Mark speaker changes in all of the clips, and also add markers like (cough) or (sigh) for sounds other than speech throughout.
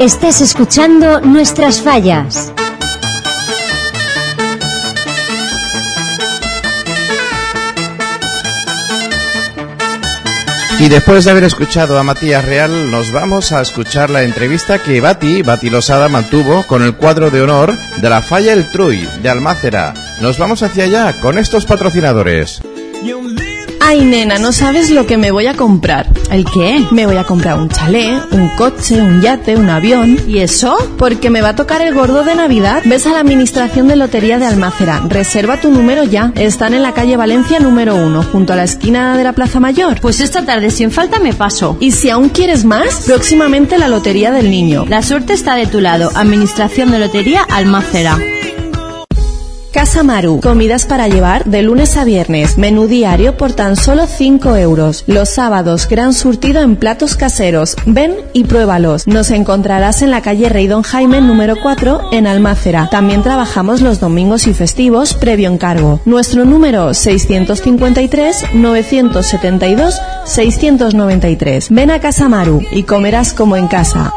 Speaker 1: Estás escuchando Nuestras Fallas.
Speaker 2: Y después de haber escuchado a Matías Real, nos vamos a escuchar la entrevista que Bati, Bati Losada, mantuvo con el cuadro de honor de la Falla El Truy, de Almácera. Nos vamos hacia allá con estos patrocinadores.
Speaker 3: Ay, nena, no sabes lo que me voy a comprar.
Speaker 4: ¿El qué?
Speaker 3: Me voy a comprar un chalet, un coche, un yate, un avión.
Speaker 4: ¿Y eso?
Speaker 3: Porque me va a tocar el gordo de Navidad. Ves a la Administración de Lotería de Almácera. Reserva tu número ya. Están en la calle Valencia número 1, junto a la esquina de la Plaza Mayor.
Speaker 4: Pues esta tarde, sin falta, me paso.
Speaker 3: Y si aún quieres más, próximamente la Lotería del Niño.
Speaker 4: La suerte está de tu lado. Administración de Lotería Almácera.
Speaker 3: Casa Maru, comidas para llevar de lunes a viernes, menú diario por tan solo 5 euros. Los sábados, gran surtido en platos caseros. Ven y pruébalos. Nos encontrarás en la calle Rey Don Jaime número 4 en Almácera. También trabajamos los domingos y festivos previo encargo. Nuestro número 653 972 693. Ven a Casa Maru y comerás como en casa.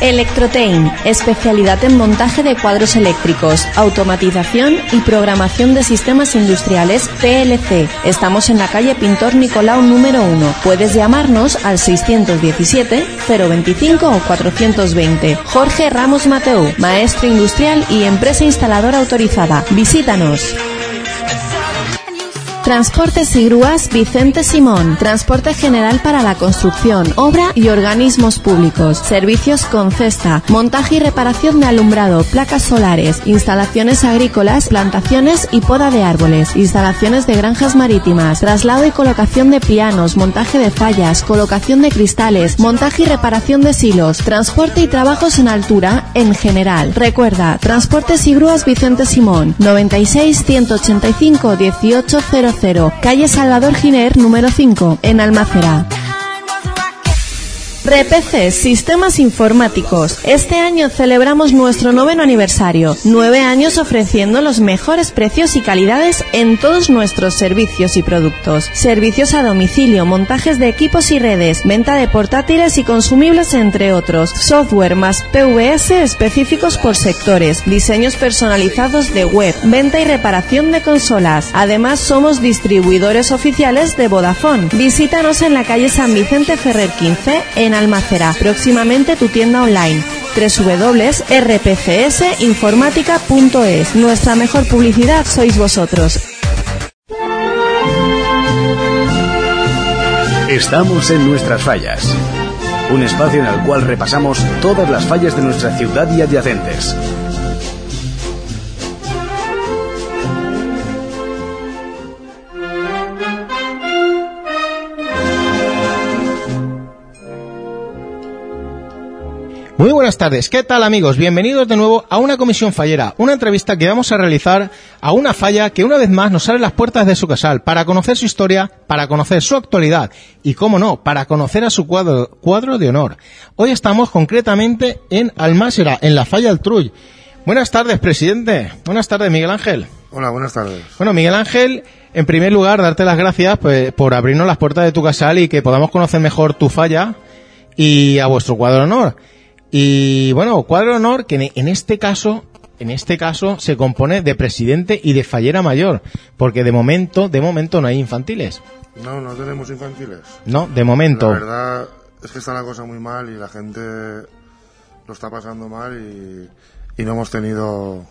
Speaker 3: Electrotain, especialidad en montaje de cuadros eléctricos, automatización y programación de sistemas industriales PLC. Estamos en la calle Pintor Nicolau número 1. Puedes llamarnos al 617 025 o 420. Jorge Ramos Mateu, maestro industrial y empresa instaladora autorizada. Visítanos. Transportes y Grúas Vicente Simón. Transporte general para la construcción, obra y organismos públicos. Servicios con cesta, montaje y reparación de alumbrado, placas solares, instalaciones agrícolas, plantaciones y poda de árboles, instalaciones de granjas marítimas, traslado y colocación de pianos, montaje de fallas, colocación de cristales, montaje y reparación de silos, transporte y trabajos en altura en general. Recuerda, Transportes y Grúas Vicente Simón, 96 185 1800 calle Salvador Giner, número 5, en Almácera. RPC Sistemas Informáticos. Este año celebramos nuestro noveno aniversario. Nueve años ofreciendo los mejores precios y calidades en todos nuestros servicios y productos. Servicios a domicilio, montajes de equipos y redes, venta de portátiles y consumibles, entre otros. Software más PVS específicos por sectores. Diseños personalizados de web, venta y reparación de consolas. Además, somos distribuidores oficiales de Vodafone. Visítanos en la calle San Vicente Ferrer 15 en Almacera. Próximamente tu tienda online www.rpcsinformática.es. Nuestra mejor publicidad sois vosotros.
Speaker 5: Estamos en nuestras fallas. Un espacio en el cual repasamos todas las fallas de nuestra ciudad y adyacentes.
Speaker 6: Muy buenas tardes, ¿qué tal amigos? Bienvenidos de nuevo a una comisión fallera, una entrevista que vamos a realizar a una falla que una vez más nos abre las puertas de su casal para conocer su historia, para conocer su actualidad y, cómo no, para conocer a su cuadro, cuadro de honor. Hoy estamos concretamente en Almásera, en la falla Altruy. Buenas tardes, presidente. Buenas tardes, Miguel Ángel.
Speaker 7: Hola, buenas tardes.
Speaker 6: Bueno, Miguel Ángel, en primer lugar, darte las gracias pues, por abrirnos las puertas de tu casal y que podamos conocer mejor tu falla y a vuestro cuadro de honor. Y bueno, cuadro de honor que en este caso, en este caso se compone de presidente y de fallera mayor, porque de momento, de momento no hay infantiles.
Speaker 7: No, no tenemos infantiles.
Speaker 6: No, de momento.
Speaker 7: La verdad es que está la cosa muy mal y la gente lo está pasando mal y, y no hemos tenido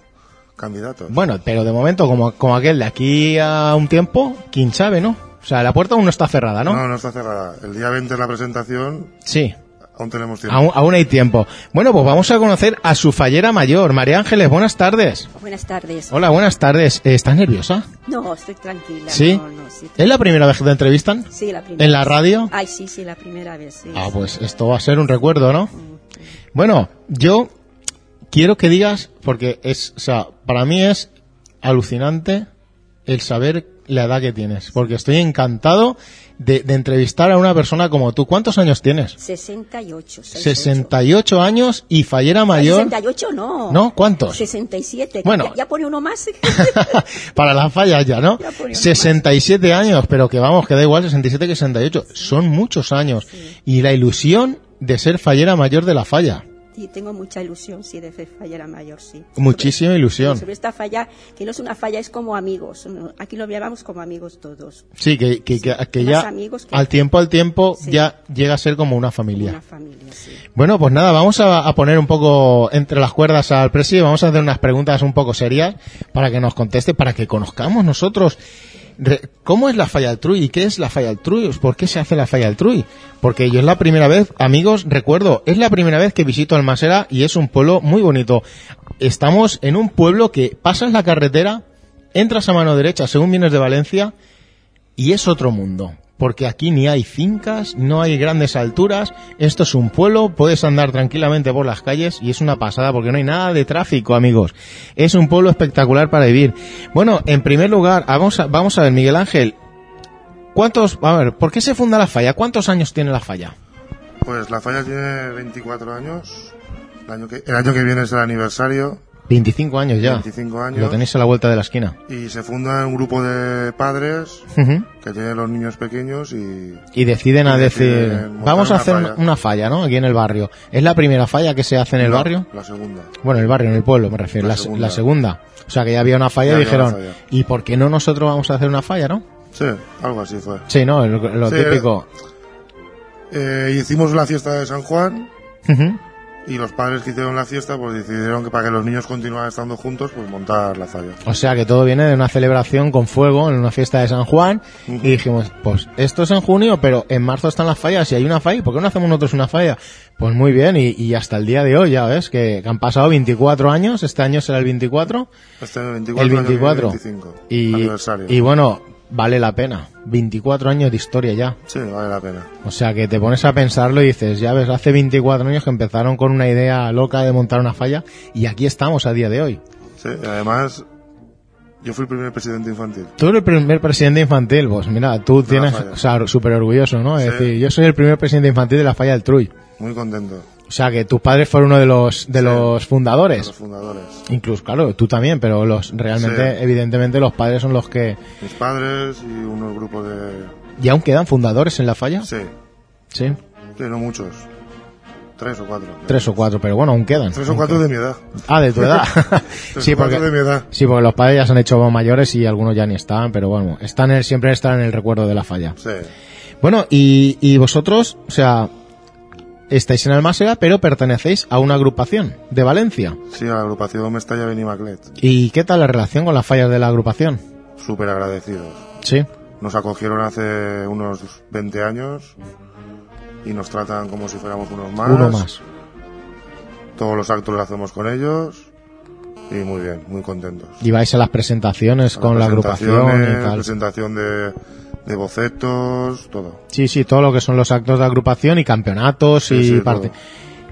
Speaker 7: candidatos.
Speaker 6: Bueno, pero de momento como como aquel de aquí a un tiempo, quién sabe, ¿no? O sea, la puerta aún no está cerrada, ¿no?
Speaker 7: No, no está cerrada. El día 20 es la presentación.
Speaker 6: Sí
Speaker 7: Aún tenemos tiempo.
Speaker 6: Aún, aún hay tiempo. Bueno, pues vamos a conocer a su fallera mayor, María Ángeles. Buenas tardes.
Speaker 8: Buenas tardes.
Speaker 6: Hola, buenas tardes. Eh, ¿Estás nerviosa?
Speaker 8: No, estoy tranquila.
Speaker 6: ¿Sí?
Speaker 8: No, no, sí,
Speaker 6: ¿Es la primera vez que te entrevistan?
Speaker 8: sí, la primera
Speaker 6: ¿En la
Speaker 8: vez.
Speaker 6: radio?
Speaker 8: Ay, sí, sí, la primera vez. sí.
Speaker 6: Ah, pues esto va a ser un recuerdo, ¿no? Bueno, yo quiero que digas, porque es, o sea, para mí es alucinante el saber la edad que tienes, porque estoy encantado de, de entrevistar a una persona como tú. ¿Cuántos años tienes?
Speaker 8: 68. 68.
Speaker 6: 68 años y fallera mayor.
Speaker 8: 68 no.
Speaker 6: ¿No? ¿Cuántos?
Speaker 8: 67.
Speaker 6: Bueno.
Speaker 8: Ya, ya pone uno más.
Speaker 6: (laughs)
Speaker 8: (laughs)
Speaker 6: Para las fallas ya, ¿no?
Speaker 8: Ya ponía
Speaker 6: 67 años, pero que vamos, que da igual 67 que 68. Son muchos años. Y la ilusión de ser fallera mayor de la falla.
Speaker 8: y tengo mucha ilusión, sí, de ser fallera mayor, sí.
Speaker 6: Muchísima ilusión.
Speaker 8: Sobre esta falla, que no es una falla, es como amigos. ¿no? Aquí lo llamamos como amigos todos.
Speaker 6: Sí, que, que, que- que
Speaker 8: Más
Speaker 6: ya
Speaker 8: amigos que-
Speaker 6: al tiempo al tiempo
Speaker 8: Sí.
Speaker 6: ya llega a ser como una
Speaker 8: Una
Speaker 6: familia.
Speaker 8: familia, sí.
Speaker 6: Bueno, pues nada, vamos a, a poner un poco entre las cuerdas al presi, vamos a hacer unas preguntas un poco serias para que nos conteste, para que conozcamos nosotros re- cómo es la falla del Truy y qué es la falla del Truy, por qué se hace la falla del Truy. Porque yo es la primera vez, amigos, recuerdo, es la primera vez que visito Almasera y es un pueblo muy bonito. Estamos en un pueblo que pasas la carretera, entras a mano derecha según vienes de Valencia y es otro mundo. Porque aquí ni hay fincas, no hay grandes alturas, esto es un pueblo, puedes andar tranquilamente por las calles y es una pasada porque no hay nada de tráfico, amigos. Es un pueblo espectacular para vivir. Bueno, en primer lugar, vamos a, vamos a ver, Miguel Ángel, ¿cuántos, a ver, por qué se funda la falla? ¿Cuántos años tiene la falla?
Speaker 7: Pues la falla tiene 24 años. El año que, el año que viene es el aniversario
Speaker 6: 25 años ya.
Speaker 7: 25 años.
Speaker 6: Lo tenéis a la vuelta de la esquina.
Speaker 7: y se funda un grupo de padres
Speaker 6: Ujú.
Speaker 7: que tienen los niños pequeños y
Speaker 6: Y deciden a
Speaker 7: Y deciden
Speaker 6: decir,
Speaker 7: montar
Speaker 6: vamos a
Speaker 7: una
Speaker 6: hacer una-
Speaker 7: falla.
Speaker 6: una falla, ¿no? Aquí en el barrio. ¿Es la primera falla que se hace en el
Speaker 7: No,
Speaker 6: barrio?
Speaker 7: La segunda.
Speaker 6: Bueno, el barrio, en el pueblo, me refiero,
Speaker 7: La
Speaker 6: la, se-
Speaker 7: segunda.
Speaker 6: la segunda. O sea, que ya había una falla
Speaker 7: Ya
Speaker 6: y
Speaker 7: había una
Speaker 6: dijeron,
Speaker 7: falla.
Speaker 6: ¿y por qué no nosotros vamos a hacer una falla, no?
Speaker 7: Sí, algo así fue.
Speaker 6: Sí, no, lo, lo
Speaker 7: Sí,
Speaker 6: típico.
Speaker 7: Eh, hicimos la fiesta de San Juan
Speaker 6: Ujú.
Speaker 7: y los padres que hicieron la fiesta pues decidieron que para que los niños continuaran estando juntos pues montar la falla.
Speaker 6: O sea, que todo viene de una celebración con fuego en una fiesta de San Juan y dijimos, pues esto es en junio, pero en marzo están las fallas, si hay una falla, ¿por qué no hacemos nosotros una falla? Pues muy bien, y, y hasta el día de hoy, ya ves, que han pasado 24 años, este año será el 24,
Speaker 7: Este año 24,
Speaker 6: el 24.
Speaker 7: año que viene 25,
Speaker 6: y,
Speaker 7: aniversario.
Speaker 6: y bueno, vale la pena, 24 años de historia ya.
Speaker 7: Sí, vale la pena.
Speaker 6: O sea, que te pones a pensarlo y dices, ya ves, hace 24 años que empezaron con una idea loca de montar una falla y aquí estamos a día de hoy.
Speaker 7: Sí, y además yo fui el primer presidente infantil.
Speaker 6: Tú eres el primer presidente infantil, pues mira, tú tienes,
Speaker 7: falla.
Speaker 6: o sea, súper orgulloso, ¿no? Es
Speaker 7: Sí.
Speaker 6: decir, yo soy el primer presidente infantil de la falla del Truy.
Speaker 7: Muy contento
Speaker 6: O sea, que tus padres fueron uno de los, de
Speaker 7: Sí.
Speaker 6: los
Speaker 7: con
Speaker 6: fundadores.
Speaker 7: los fundadores.
Speaker 6: Incluso, claro, tú también, pero los, realmente,
Speaker 7: Sí.
Speaker 6: evidentemente, los padres son los que,
Speaker 7: Mis padres y unos grupos de...
Speaker 6: ¿y aún quedan fundadores en la falla?
Speaker 7: Sí,
Speaker 6: Sí.
Speaker 7: sí, no muchos. Tres o cuatro. creo.
Speaker 6: Tres o cuatro, pero bueno, aún quedan.
Speaker 7: Tres o cuatro de mi edad.
Speaker 6: Ah, de tu
Speaker 7: (laughs)
Speaker 6: edad.
Speaker 7: Tres
Speaker 6: sí,
Speaker 7: o cuatro
Speaker 6: porque,
Speaker 7: de mi edad.
Speaker 6: sí, porque los padres ya se han hecho mayores y algunos ya ni están, pero bueno, están en- siempre están en el recuerdo de la falla.
Speaker 7: Sí.
Speaker 6: Bueno, y, y vosotros, o sea, estáis en Almásera, pero pertenecéis a una agrupación de Valencia.
Speaker 7: Sí, a la agrupación Mestalla Benimaclet.
Speaker 6: ¿Y qué tal la relación con las fallas de la agrupación?
Speaker 7: Súper agradecidos.
Speaker 6: Sí.
Speaker 7: Nos acogieron hace unos 20 años y nos tratan como si fuéramos unos más.
Speaker 6: Uno más.
Speaker 7: Todos los actos los hacemos con ellos y muy bien, muy contentos.
Speaker 6: Y vais a las presentaciones
Speaker 7: Las
Speaker 6: con la agrupación
Speaker 7: presentaciones,
Speaker 6: y tal.
Speaker 7: Presentación de, de bocetos, todo.
Speaker 6: Sí, sí, todo lo que son los actos de agrupación y campeonatos
Speaker 7: Sí,
Speaker 6: y
Speaker 7: sí,
Speaker 6: parte.
Speaker 7: todo.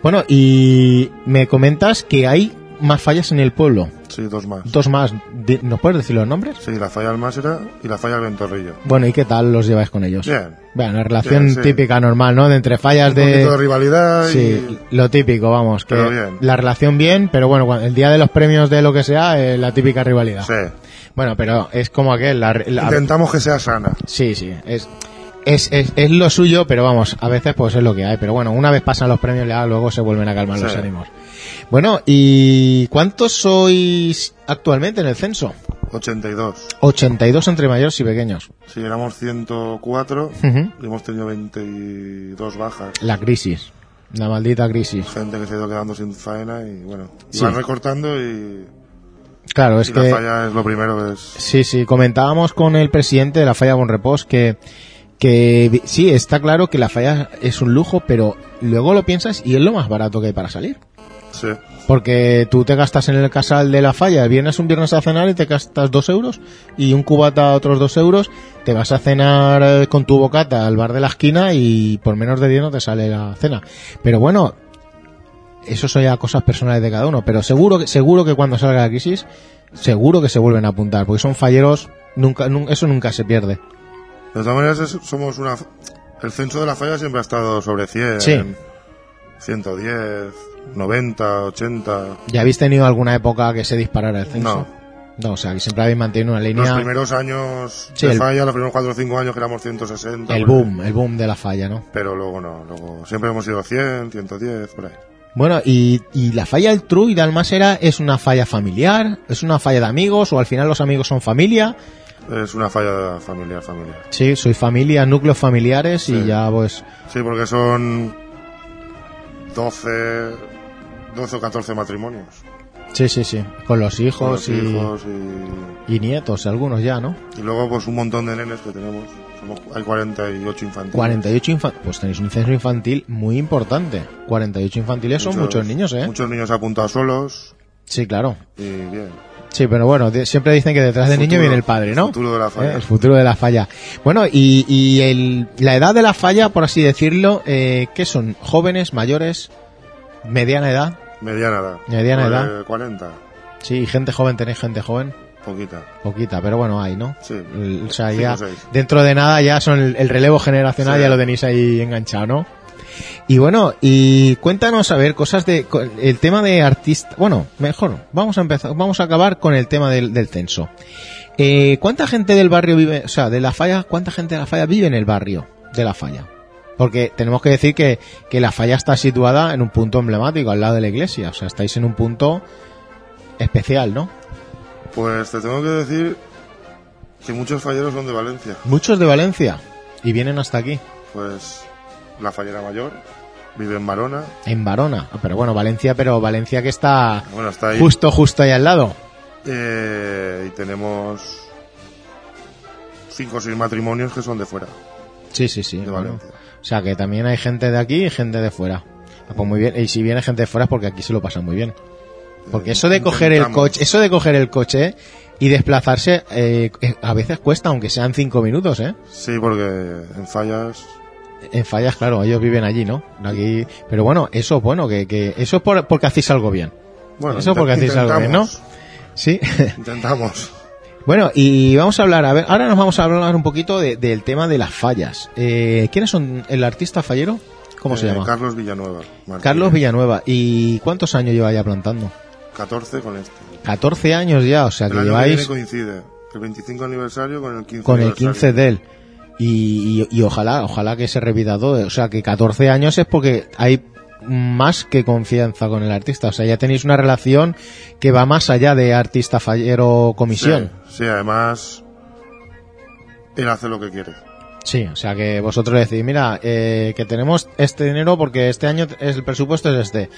Speaker 6: Bueno, y me comentas que hay más fallas en el pueblo.
Speaker 7: Sí, dos más.
Speaker 6: Dos más. Di- ¿Nos puedes decir los nombres?
Speaker 7: Sí, la falla Almásera y la falla Ventorrillo.
Speaker 6: Bueno, ¿y qué tal los lleváis con ellos?
Speaker 7: Bien.
Speaker 6: Bueno, la relación
Speaker 7: Bien, sí.
Speaker 6: típica, normal, ¿no? De entre fallas
Speaker 7: Un poquito de
Speaker 6: Pues, de...
Speaker 7: rivalidad
Speaker 6: Sí, lo típico, vamos. Que
Speaker 7: Pero bien.
Speaker 6: La relación bien, pero bueno, cuando- el día de los premios de lo que sea, eh, la típica
Speaker 7: y...
Speaker 6: rivalidad.
Speaker 7: Sí.
Speaker 6: Bueno, pero es como aquel... La, re- la-
Speaker 7: Intentamos que sea sana.
Speaker 6: Sí, sí, es... Es, es, es lo suyo, pero vamos, a veces pues es lo que hay. Pero bueno, una vez pasan los premios, ya luego se vuelven a calmar los
Speaker 7: Sí.
Speaker 6: ánimos. Bueno, ¿y cuántos sois actualmente en el censo?
Speaker 7: 82.
Speaker 6: 82 entre mayores y pequeños.
Speaker 7: Si éramos 104
Speaker 6: Ujú.
Speaker 7: y hemos tenido 22 bajas.
Speaker 6: La crisis. La maldita crisis.
Speaker 7: Gente que se ha ido quedando sin faena y bueno, y
Speaker 6: Sí.
Speaker 7: van recortando y,
Speaker 6: Claro, es
Speaker 7: y
Speaker 6: que...
Speaker 7: la falla es lo primero que es.
Speaker 6: Sí, sí, comentábamos con el presidente de la Falla Bonrepós que, Que vi- sí, está claro que la falla es un lujo, pero luego lo piensas y es lo más barato que hay para salir.
Speaker 7: Sí.
Speaker 6: Porque tú te gastas en el casal de la falla, vienes un viernes a cenar y te gastas dos euros y un cubata otros dos euros, te vas a cenar eh, con tu bocata al bar de la esquina y por menos de 10 no te sale la cena. Pero bueno, eso son ya cosas personales de cada uno, pero seguro que, seguro que cuando salga la crisis, seguro que se vuelven a apuntar, porque son falleros, nunca, nun- eso nunca se pierde.
Speaker 7: De todas maneras, es- somos una. El censo de la falla siempre ha estado sobre 100.
Speaker 6: Sí.
Speaker 7: 110, 90, 80.
Speaker 6: ¿Ya habéis tenido alguna época que se disparara el censo?
Speaker 7: No.
Speaker 6: No, o sea, que siempre habéis mantenido una
Speaker 7: Los
Speaker 6: línea,
Speaker 7: primeros años
Speaker 6: Sí,
Speaker 7: de
Speaker 6: el-
Speaker 7: falla, los primeros 4 o 5 años que éramos 160.
Speaker 6: el
Speaker 7: por ahí.
Speaker 6: boom, el boom de la falla, ¿no?
Speaker 7: Pero luego no, luego siempre hemos ido 100, 110, por ahí.
Speaker 6: Bueno, y, y la falla del Tru y de Almasera es una falla familiar, es una falla de amigos, o al final los amigos son familia.
Speaker 7: Es una falla familiar, familiar.
Speaker 6: Sí, soy familia, núcleos familiares y
Speaker 7: Sí.
Speaker 6: ya pues...
Speaker 7: Sí, porque son 12, 12 o 14 matrimonios.
Speaker 6: Sí, sí, Oh, sí. Con los hijos,
Speaker 7: Con los
Speaker 6: y,
Speaker 7: hijos y,
Speaker 6: y nietos, algunos ya, ¿no?
Speaker 7: y luego pues un montón de nenes que tenemos. Somos, hay 48 infantiles.
Speaker 6: 48 infantiles. Pues tenéis un censo infantil muy importante. 48 infantiles son muchos niños, ¿eh?
Speaker 7: Muchos niños apuntados solos
Speaker 6: Sí, claro.
Speaker 7: y bien.
Speaker 6: Sí, pero bueno, de- siempre dicen que detrás del niño
Speaker 7: Futuro-
Speaker 6: viene el padre, ¿no?
Speaker 7: el futuro de la falla.
Speaker 6: Eh, El futuro de la falla. Bueno, y, y el- la edad de la falla, por así decirlo, eh, ¿qué son? ¿Jóvenes, mayores, mediana edad?
Speaker 7: Mediana edad.
Speaker 6: Mediana
Speaker 7: Sobre
Speaker 6: edad.
Speaker 7: 40,
Speaker 6: Sí, gente joven, tenéis gente joven,
Speaker 7: poquita.
Speaker 6: poquita, pero bueno, hay, ¿no?
Speaker 7: Sí.
Speaker 6: El- O sea,
Speaker 7: Cinco
Speaker 6: ya
Speaker 7: o seis.
Speaker 6: dentro de nada ya son el, el relevo generacional,
Speaker 7: Sí.
Speaker 6: ya lo tenéis ahí enganchado, ¿no? Y bueno, y cuéntanos a ver cosas de co- el tema de artista. Bueno, mejor, vamos a empezar, vamos a acabar con el tema del, del censo. Eh, ¿Cuánta gente del barrio vive, o sea, de la falla, cuánta gente de la falla vive en el barrio de la falla? Porque tenemos que decir que, que la falla está situada en un punto emblemático, al lado de la iglesia, o sea, estáis en un punto especial, ¿no?
Speaker 7: Pues te tengo que decir que muchos falleros son de Valencia.
Speaker 6: Muchos de Valencia y vienen hasta aquí.
Speaker 7: Pues la fallera mayor vive en Marona.
Speaker 6: En Barona. Ah, Pero bueno, Valencia, pero Valencia que está
Speaker 7: Bueno, está ahí.
Speaker 6: justo, justo ahí al lado.
Speaker 7: Eh, y tenemos cinco o seis matrimonios que son de fuera,
Speaker 6: Sí, sí, sí.
Speaker 7: de
Speaker 6: bueno.
Speaker 7: Valencia.
Speaker 6: O sea que también hay gente de aquí y gente de fuera. Ah, Pues muy bien. Y si viene gente de fuera es porque aquí se lo pasan muy bien. Porque
Speaker 7: Eh,
Speaker 6: eso de coger el
Speaker 7: intentamos.
Speaker 6: coche, eso de coger el coche y desplazarse, eh, eh, a veces cuesta, aunque sean cinco minutos, ¿eh?
Speaker 7: Sí, porque en fallas
Speaker 6: En fallas, claro, ellos viven allí, ¿no? Aquí, pero bueno, eso es bueno, que, que eso es por- porque hacéis algo bien.
Speaker 7: Bueno,
Speaker 6: Eso porque hacéis algo bien, ¿no? Sí. (laughs)
Speaker 7: Intentamos.
Speaker 6: Bueno, y vamos a hablar, a ver, ahora nos vamos a hablar un poquito de- del tema de las fallas. Eh, ¿Quiénes son el artista fallero? ¿Cómo se
Speaker 7: Eh,
Speaker 6: llama?
Speaker 7: Carlos Villanueva. Martínez.
Speaker 6: Carlos Villanueva. ¿Y cuántos años lleva ya plantando?
Speaker 7: 14 con este.
Speaker 6: 14 años ya, o sea
Speaker 7: El
Speaker 6: que
Speaker 7: año que viene
Speaker 6: lleváis
Speaker 7: coincide. El 25 aniversario con el 15
Speaker 6: con el
Speaker 7: aniversario.
Speaker 6: 15 de él. Y, y- y ojalá, ojalá que se repita todo. O sea que 14 años es porque hay más que confianza con el artista. O sea, ya tenéis una relación que va más allá de artista fallero comisión.
Speaker 7: Sí, sí, además él hace lo que quiere.
Speaker 6: Sí, o sea que vosotros decís, mira, eh, que tenemos este dinero porque este año es el presupuesto es este.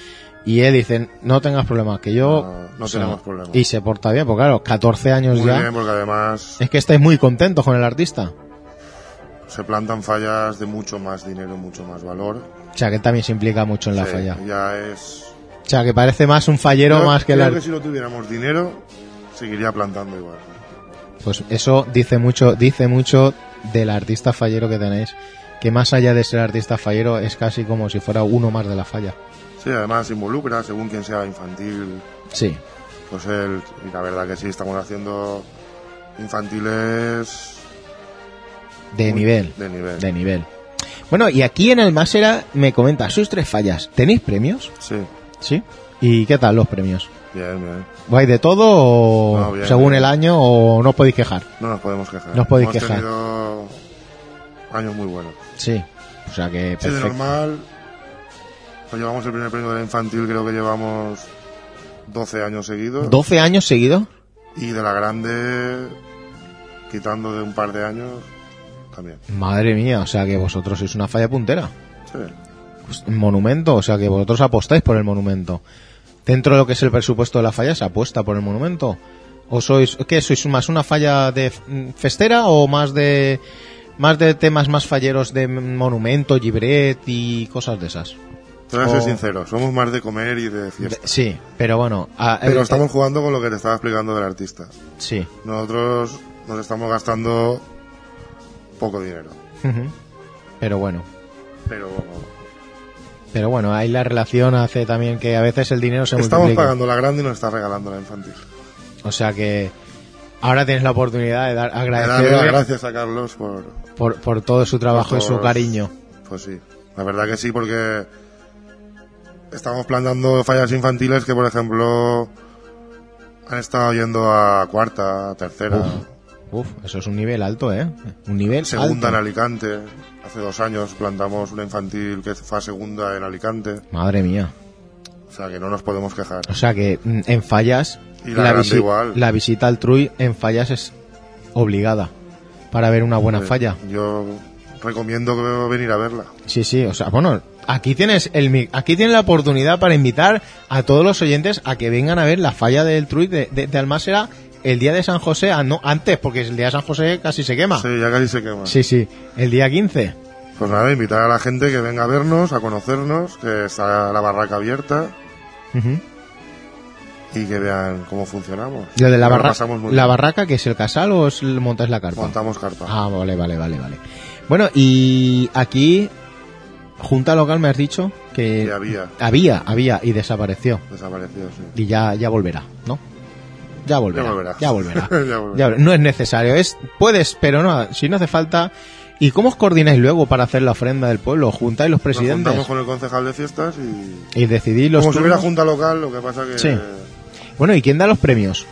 Speaker 6: Y él dice, no tengas problemas, que yo...
Speaker 7: No, no
Speaker 6: o
Speaker 7: tenemos problemas.
Speaker 6: Y se porta bien, porque claro, 14 años
Speaker 7: Muy
Speaker 6: Pues ya.
Speaker 7: bien, porque además
Speaker 6: Es que estáis muy contentos con el artista.
Speaker 7: se plantan fallas de mucho más dinero, mucho más valor.
Speaker 6: O sea que también se implica mucho en la
Speaker 7: Sí,
Speaker 6: falla.
Speaker 7: Ya es.
Speaker 6: O sea que parece más un fallero
Speaker 7: Creo-
Speaker 6: más que el
Speaker 7: creo
Speaker 6: artista.
Speaker 7: que si no tuviéramos dinero, seguiría plantando igual.
Speaker 6: Pues eso dice mucho, dice mucho del artista fallero que tenéis. Que más allá de ser artista fallero es casi como si fuera uno más de la falla.
Speaker 7: Sí, además involucra, según quien sea infantil,
Speaker 6: Sí,
Speaker 7: pues él. Y la verdad que sí, estamos haciendo infantiles.
Speaker 6: de
Speaker 7: muy-
Speaker 6: nivel.
Speaker 7: De nivel.
Speaker 6: de nivel. Bueno, y aquí en Almásera me comenta sus tres fallas. ¿Tenéis premios?
Speaker 7: Sí,
Speaker 6: Sí. ¿Y qué tal los premios?
Speaker 7: bien, bien.
Speaker 6: ¿Vais de todo o
Speaker 7: No, bien,
Speaker 6: según
Speaker 7: bien.
Speaker 6: el año o no os podéis quejar?
Speaker 7: No nos podemos quejar.
Speaker 6: No os podéis
Speaker 7: Hemos
Speaker 6: quejar.
Speaker 7: tenido años muy buenos.
Speaker 6: Sí. O sea que
Speaker 7: Sí, de
Speaker 6: perfecto.
Speaker 7: normal. Pues llevamos el primer premio de la infantil, creo que llevamos 12 años seguidos.
Speaker 6: 12 años seguidos.
Speaker 7: Y de la grande, quitando de un par de años, también.
Speaker 6: Madre mía, o sea que vosotros sois una falla puntera.
Speaker 7: Sí.
Speaker 6: Pues, monumento, o sea que vosotros apostáis por el monumento. Dentro de lo que es el presupuesto de la falla se apuesta por el monumento. ¿O sois, qué, sois más una falla de mm, festera o más de más de temas más falleros de monumento, gibret y cosas de esas.
Speaker 7: Te voy a ser
Speaker 6: O-
Speaker 7: sincero, somos más de comer y de fiesta.
Speaker 6: Sí, pero bueno. a-
Speaker 7: Pero
Speaker 6: eh,
Speaker 7: estamos jugando con lo que te estaba explicando del artista.
Speaker 6: Sí.
Speaker 7: Nosotros nos estamos gastando poco dinero.
Speaker 6: Ujú. Pero bueno.
Speaker 7: Pero
Speaker 6: Pero bueno, ahí la relación hace también que a veces el dinero se
Speaker 7: estamos
Speaker 6: multiplique.
Speaker 7: pagando la grande y nos está regalando la infantil.
Speaker 6: O sea que ahora tienes la oportunidad de dar
Speaker 7: Le damos las
Speaker 6: agradecerle
Speaker 7: gracias a Carlos por...
Speaker 6: por, por todo su trabajo y su
Speaker 7: por-
Speaker 6: cariño.
Speaker 7: Pues sí, la verdad que sí, porque estamos plantando fallas infantiles que, por ejemplo, han estado yendo a cuarta, a tercera,
Speaker 6: Uf, eso es un nivel alto, ¿eh? Un nivel
Speaker 7: segunda en
Speaker 6: alto.
Speaker 7: Alicante. Hace dos años plantamos una infantil que fue a segunda en Alicante.
Speaker 6: Madre mía.
Speaker 7: O sea que no nos podemos quejar.
Speaker 6: O sea que mm, en fallas
Speaker 7: Y la grande igual.
Speaker 6: la visita al Truy en fallas es obligada para ver una buena
Speaker 7: Eh,
Speaker 6: falla.
Speaker 7: Yo recomiendo que venir a verla.
Speaker 6: Sí, sí, o sea, bueno, aquí tienes el mi- aquí tienes la oportunidad para invitar a todos los oyentes a que vengan a ver la falla del Truy de, de, de Almásera el día de San José, ah, no, antes, porque el día de San José casi se quema.
Speaker 7: Sí, ya casi se quema.
Speaker 6: Ah. Sí, sí, el día 15.
Speaker 7: Pues nada, invitar a la gente que venga a vernos, a conocernos, que está la barraca abierta
Speaker 6: Ujú.
Speaker 7: y que vean cómo funcionamos.
Speaker 6: Lo de la,
Speaker 7: Nos
Speaker 6: barra-
Speaker 7: pasamos muy
Speaker 6: la
Speaker 7: bien.
Speaker 6: barraca, que es el casal o es el- montas la carpa?
Speaker 7: Montamos carpa.
Speaker 6: Ah, vale, vale, vale, vale. Bueno, y aquí, Junta Local me has dicho que...
Speaker 7: Que había.
Speaker 6: Había, había, y desapareció.
Speaker 7: Desaparecido, sí.
Speaker 6: Y ya, ya volverá, ¿no? Ya volverá.
Speaker 7: Ya volverá.
Speaker 6: Ya volverá.
Speaker 7: (laughs) Ya volverá.
Speaker 6: Ya volverá. No es necesario, es puedes, pero no, si no hace falta... ¿Y cómo os coordináis luego para hacer la ofrenda del pueblo? ¿Juntáis los
Speaker 7: Nos
Speaker 6: presidentes?
Speaker 7: juntamos con el concejal de fiestas y...
Speaker 6: Y decidís los
Speaker 7: Como si hubiera
Speaker 6: turnos?
Speaker 7: junta local, lo que pasa que...
Speaker 6: Sí.
Speaker 7: el
Speaker 6: Bueno, ¿y quién da los premios?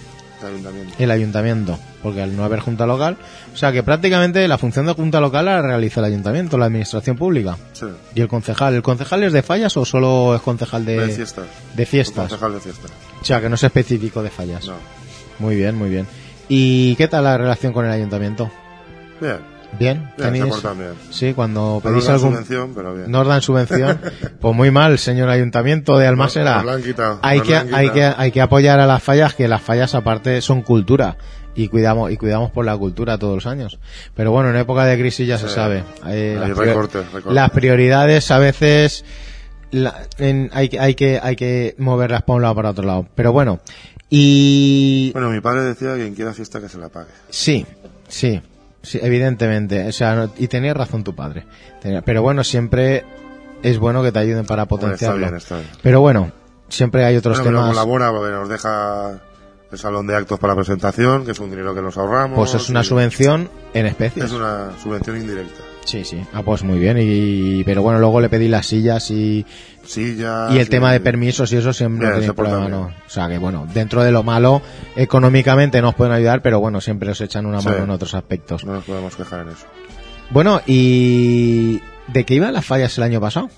Speaker 7: ayuntamiento.
Speaker 6: El ayuntamiento, porque al no haber junta local, o sea que prácticamente la función de junta local la realiza el ayuntamiento, la administración pública.
Speaker 7: Sí.
Speaker 6: ¿Y el concejal? ¿El concejal es de fallas o solo es concejal de,
Speaker 7: De fiestas.
Speaker 6: de fiestas?
Speaker 7: El concejal de fiestas.
Speaker 6: O sea, que no es específico de fallas.
Speaker 7: No.
Speaker 6: Muy bien, muy bien. ¿Y qué tal la relación con el ayuntamiento?
Speaker 7: Bien.
Speaker 6: ¿Bien?
Speaker 7: Bien, se
Speaker 6: ¿Tenéis-
Speaker 7: portan bien.
Speaker 6: Sí, cuando
Speaker 7: No nos
Speaker 6: pedís
Speaker 7: dan
Speaker 6: algún...
Speaker 7: subvención, pero bien.
Speaker 6: No os dan
Speaker 7: (laughs)
Speaker 6: subvención. pues muy mal, señor ayuntamiento de Almásera.
Speaker 7: Nos la han quitado,
Speaker 6: hay,
Speaker 7: nos
Speaker 6: que,
Speaker 7: la han
Speaker 6: hay, que,
Speaker 7: quitado.
Speaker 6: hay que apoyar a las fallas, que las fallas aparte son cultura. Y cuidamos, y cuidamos por la cultura todos los años. Pero bueno, en época de crisis ya se
Speaker 7: Sí.
Speaker 6: sabe. Eh,
Speaker 7: Hay
Speaker 6: las, prior-
Speaker 7: recortes, recortes.
Speaker 6: las prioridades a veces la- en- hay, que- hay, que, hay que moverlas para un lado para otro lado. Pero bueno, y
Speaker 7: Bueno, mi padre decía que quien quiera fiesta que se la pague.
Speaker 6: Sí, sí, sí, evidentemente. O sea, no- y tenía razón tu padre. Tenía- pero bueno, siempre es bueno que te ayuden para potenciarlo.
Speaker 7: Bueno, está bien, está bien.
Speaker 6: Pero bueno, siempre hay otros
Speaker 7: Bueno, pero
Speaker 6: temas.
Speaker 7: colabora porque nos deja el salón de actos para presentación, que es un dinero que nos ahorramos.
Speaker 6: Pues es una
Speaker 7: y
Speaker 6: subvención en especie.
Speaker 7: Es una subvención indirecta.
Speaker 6: Sí, sí. Ah, pues muy bien. Y, pero bueno, luego le pedí las sillas y,
Speaker 7: Sillas.
Speaker 6: y el tema de permisos y eso siempre
Speaker 7: Bien,
Speaker 6: no tiene
Speaker 7: se porta
Speaker 6: problema,
Speaker 7: bien.
Speaker 6: ¿no? O sea que bueno, dentro de lo malo, económicamente nos pueden ayudar, pero bueno, siempre os echan una
Speaker 7: Sí.
Speaker 6: mano en otros aspectos.
Speaker 7: No nos podemos quejar en eso.
Speaker 6: Bueno, ¿y de qué iban las fallas el año pasado?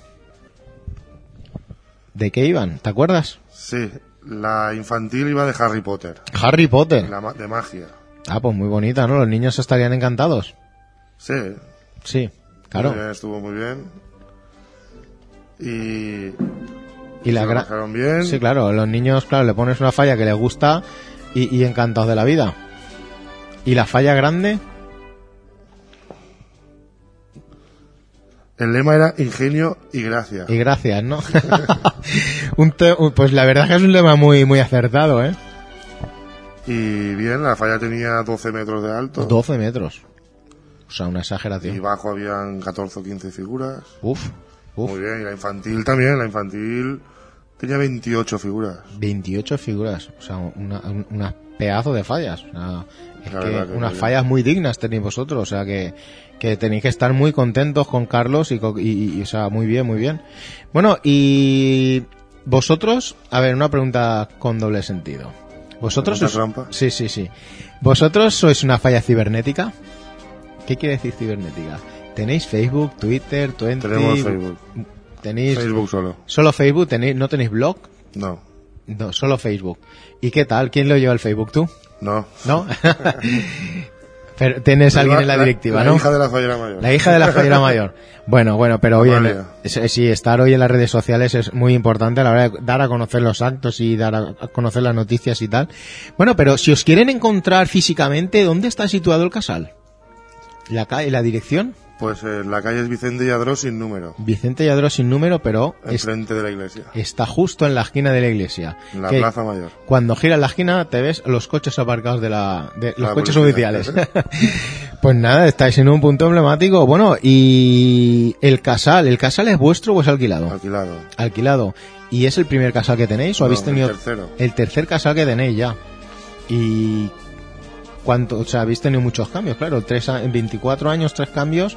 Speaker 6: ¿De qué iban? ¿Te acuerdas?
Speaker 7: Sí, la infantil iba de Harry Potter,
Speaker 6: Harry Potter.
Speaker 7: la ma- de magia.
Speaker 6: Ah, pues muy bonita, ¿no? Los niños estarían encantados.
Speaker 7: Sí,
Speaker 6: Sí,
Speaker 7: muy
Speaker 6: claro.
Speaker 7: bien, estuvo muy bien. Y.
Speaker 6: Y la
Speaker 7: se lo
Speaker 6: gran...
Speaker 7: pasaron bien.
Speaker 6: Sí, claro, los niños, claro, le pones una falla que les gusta y, y encantados de la vida. ¿Y la falla grande?
Speaker 7: El lema era ingenio y gracia.
Speaker 6: Y gracias,
Speaker 7: (laughs)
Speaker 6: ¿no? Un te- Pues la verdad es que es un tema muy, muy acertado, ¿eh?
Speaker 7: Y bien, la falla tenía 12 metros de alto.
Speaker 6: 12 metros. O sea, una
Speaker 7: Y
Speaker 6: exageración.
Speaker 7: bajo habían 14 o 15 figuras.
Speaker 6: Uf, uf.
Speaker 7: Muy bien, y la infantil también, la infantil tenía 28 figuras.
Speaker 6: 28 figuras, o sea, una, un- unas pedazos de fallas. o sea, es
Speaker 7: La
Speaker 6: que
Speaker 7: verdad que muy
Speaker 6: unas
Speaker 7: bien.
Speaker 6: fallas muy dignas tenéis vosotros, o sea, que, que tenéis que estar muy contentos con Carlos y, co- y- y- y, o sea, muy bien, muy bien. Bueno, y vosotros, a ver, una pregunta con doble sentido. ¿Vosotros
Speaker 7: ¿Pregunta
Speaker 6: sois,
Speaker 7: trampa?
Speaker 6: Sí, sí, sí. ¿Vosotros sois una falla cibernética? ¿Qué quiere decir cibernética? ¿Tenéis Facebook, Twitter, Twenty?
Speaker 7: Tenemos Facebook.
Speaker 6: ¿Tenéis
Speaker 7: Facebook solo.
Speaker 6: solo Facebook? ¿Tenéis, ¿No tenéis blog?
Speaker 7: No,
Speaker 6: No, solo Facebook. ¿Y qué tal? ¿Quién lo lleva el Facebook? ¿Tú?
Speaker 7: no.
Speaker 6: ¿No?
Speaker 7: (laughs)
Speaker 6: pero tienes alguien en la directiva, ¿no?
Speaker 7: La hija de la fallera mayor.
Speaker 6: La hija de la fallera mayor. Bueno, bueno, pero oye,
Speaker 7: Amalia.
Speaker 6: es- sí, estar hoy en las redes sociales es muy importante a la hora de dar a conocer los actos y dar a a conocer las noticias y tal. Bueno, pero si os quieren encontrar físicamente, ¿dónde está situado el casal? ¿La, ca- la dirección?
Speaker 7: Pues en la calle es Vicente Yadró sin número,
Speaker 6: Vicente Lladró sin número, pero es-
Speaker 7: enfrente de la iglesia,
Speaker 6: está justo en la esquina de la iglesia.
Speaker 7: en la
Speaker 6: Que
Speaker 7: Plaza Mayor.
Speaker 6: Cuando giras la esquina te ves los coches aparcados de la... de- los
Speaker 7: La
Speaker 6: coches
Speaker 7: policía.
Speaker 6: oficiales. (laughs) pues nada, estáis en un punto emblemático. Bueno, y el casal, ¿el casal es vuestro o es alquilado?
Speaker 7: Alquilado.
Speaker 6: Alquilado. ¿Y es el primer casal que tenéis o habéis
Speaker 7: No,
Speaker 6: tenido...
Speaker 7: El tercero.
Speaker 6: El tercer casal que tenéis ya. Y. ¿Cuánto? O sea, habéis tenido muchos cambios, claro. Tres, a- 24 años, tres cambios.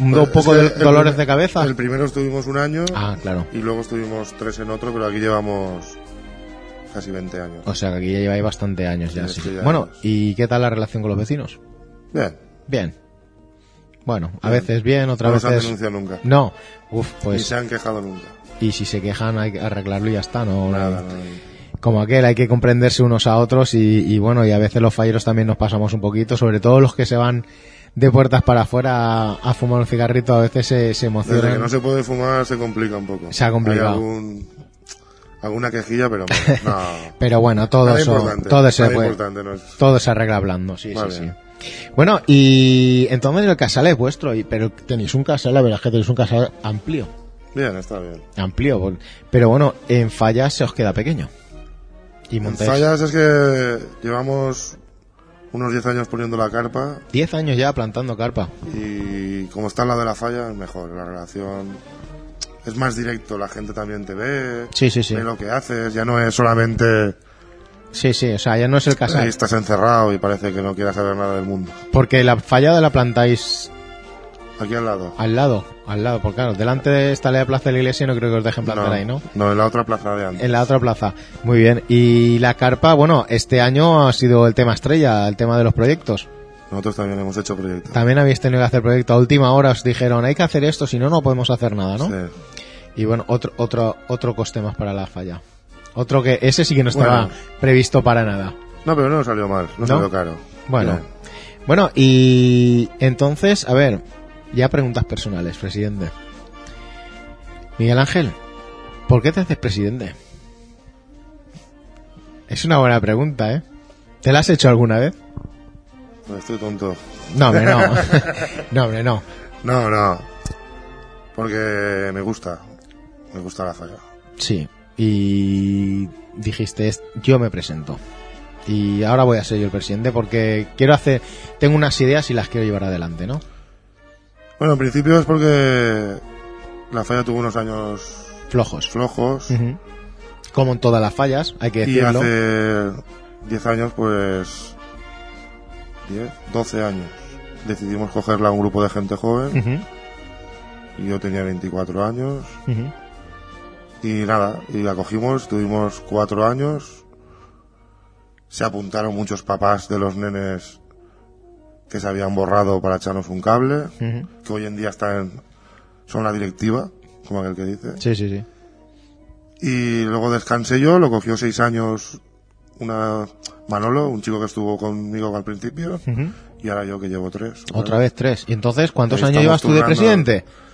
Speaker 6: Un
Speaker 7: Pues,
Speaker 6: do- poco
Speaker 7: es
Speaker 6: de
Speaker 7: que el
Speaker 6: dolores
Speaker 7: primer-
Speaker 6: de cabeza.
Speaker 7: El primero estuvimos un año
Speaker 6: Ah, claro.
Speaker 7: y luego estuvimos tres en otro, pero aquí llevamos casi 20 años.
Speaker 6: O sea, que aquí ya lleváis bastante años ya.
Speaker 7: Sí,
Speaker 6: sí.
Speaker 7: sí, ya
Speaker 6: Bueno,
Speaker 7: años.
Speaker 6: ¿y qué tal la relación con los vecinos?
Speaker 7: Bien,
Speaker 6: Bien. Bueno, a
Speaker 7: Bien.
Speaker 6: veces bien,
Speaker 7: no
Speaker 6: otras
Speaker 7: nos han
Speaker 6: veces.
Speaker 7: denunciado nunca.
Speaker 6: No. Uf,
Speaker 7: Ni
Speaker 6: pues.
Speaker 7: se han quejado nunca.
Speaker 6: Y si se quejan, hay que arreglarlo y ya está, ¿no?
Speaker 7: Nada, nada.
Speaker 6: como aquel, hay que comprenderse unos a otros y, y bueno, y a veces los falleros también nos pasamos un poquito, sobre todo los que se van de puertas para afuera a, a fumar un cigarrito, a veces se, se
Speaker 7: Desde que
Speaker 6: emocionan.
Speaker 7: no se puede fumar se complica un poco.
Speaker 6: Se ha complicado.
Speaker 7: Hay algún, alguna quejilla,
Speaker 6: (laughs)
Speaker 7: pero bueno, no.
Speaker 6: Pero bueno, todo
Speaker 7: Nada
Speaker 6: eso,
Speaker 7: importante,
Speaker 6: todo se
Speaker 7: nada
Speaker 6: puede,
Speaker 7: importante, no es-
Speaker 6: todo se arregla hablando, sí,
Speaker 7: Vale.
Speaker 6: sí, sí. Bueno, y entonces el casal es vuestro, y, pero tenéis un casal, la verdad es que tenéis un casal amplio,
Speaker 7: Bien, está bien.
Speaker 6: amplio, por- pero bueno, en fallas se os queda pequeño. Y
Speaker 7: En
Speaker 6: montáis
Speaker 7: fallas es que llevamos unos 10 años poniendo la carpa
Speaker 6: 10 años ya plantando carpa.
Speaker 7: y como está la de la falla es mejor, la relación es más directo, la gente también te ve,
Speaker 6: Sí, sí, sí.
Speaker 7: ve lo que haces, ya no es solamente
Speaker 6: Sí, sí, o sea, ya no es el casal.
Speaker 7: ahí estás encerrado y parece que no quieras saber nada del mundo.
Speaker 6: Porque la fallada la plantáis
Speaker 7: Aquí al lado.
Speaker 6: al lado, al lado, porque claro, delante de esta la plaza de la iglesia no creo que os dejen plantar ahí, ¿no?
Speaker 7: no, en la otra plaza de antes.
Speaker 6: En la otra plaza. Muy bien. Y la carpa, bueno, este año ha sido el tema estrella, el tema de los proyectos.
Speaker 7: Nosotros también hemos hecho proyectos.
Speaker 6: También habéis tenido que hacer proyectos. A última hora os dijeron, hay que hacer esto, si no, no podemos hacer nada, ¿no?
Speaker 7: Sí.
Speaker 6: Y bueno, otro, otro, otro coste más para la falla. Otro que, ese sí que no estaba
Speaker 7: Bueno.
Speaker 6: previsto para nada.
Speaker 7: No, pero no nos salió mal,
Speaker 6: ¿No?
Speaker 7: no, salió caro.
Speaker 6: Bueno.
Speaker 7: Bien.
Speaker 6: Bueno, y entonces, a ver, ya preguntas personales, presidente. Miguel Ángel, ¿por qué te haces presidente? Es una buena pregunta, ¿eh? ¿Te la has hecho alguna vez?
Speaker 7: Pues estoy tonto.
Speaker 6: No, hombre, no. no, hombre, no.
Speaker 7: No, no. Porque me gusta. Me gusta la falla.
Speaker 6: Sí. Y dijiste, "Es- yo me presento. Y ahora voy a ser yo el presidente porque quiero hacer, tengo unas ideas y las quiero llevar adelante, ¿no?
Speaker 7: Bueno, en principio es porque la falla tuvo unos años
Speaker 6: Flojos.
Speaker 7: pues, flojos.
Speaker 6: Ujú. Como en todas las fallas, hay que
Speaker 7: Y
Speaker 6: decirlo.
Speaker 7: hace 10 años, pues. 10, 12 años. Decidimos cogerla a un grupo de gente joven.
Speaker 6: Ujú,
Speaker 7: Y yo tenía 24 años.
Speaker 6: ujú.
Speaker 7: Y nada, y la cogimos, tuvimos cuatro años. Se apuntaron muchos papás de los nenes que se habían borrado para echarnos un cable,
Speaker 6: Ujú.
Speaker 7: que hoy en día están, son la directiva, como aquel que dice.
Speaker 6: Sí, sí, sí.
Speaker 7: Y luego descansé yo, lo cogió seis años una Manolo, un chico que estuvo conmigo al principio, y ahora yo que llevo tres.
Speaker 6: Otra vez tres. ¿Y entonces cuántos
Speaker 7: Ahí
Speaker 6: años llevas tú
Speaker 7: estamos
Speaker 6: de
Speaker 7: turnando.
Speaker 6: presidente?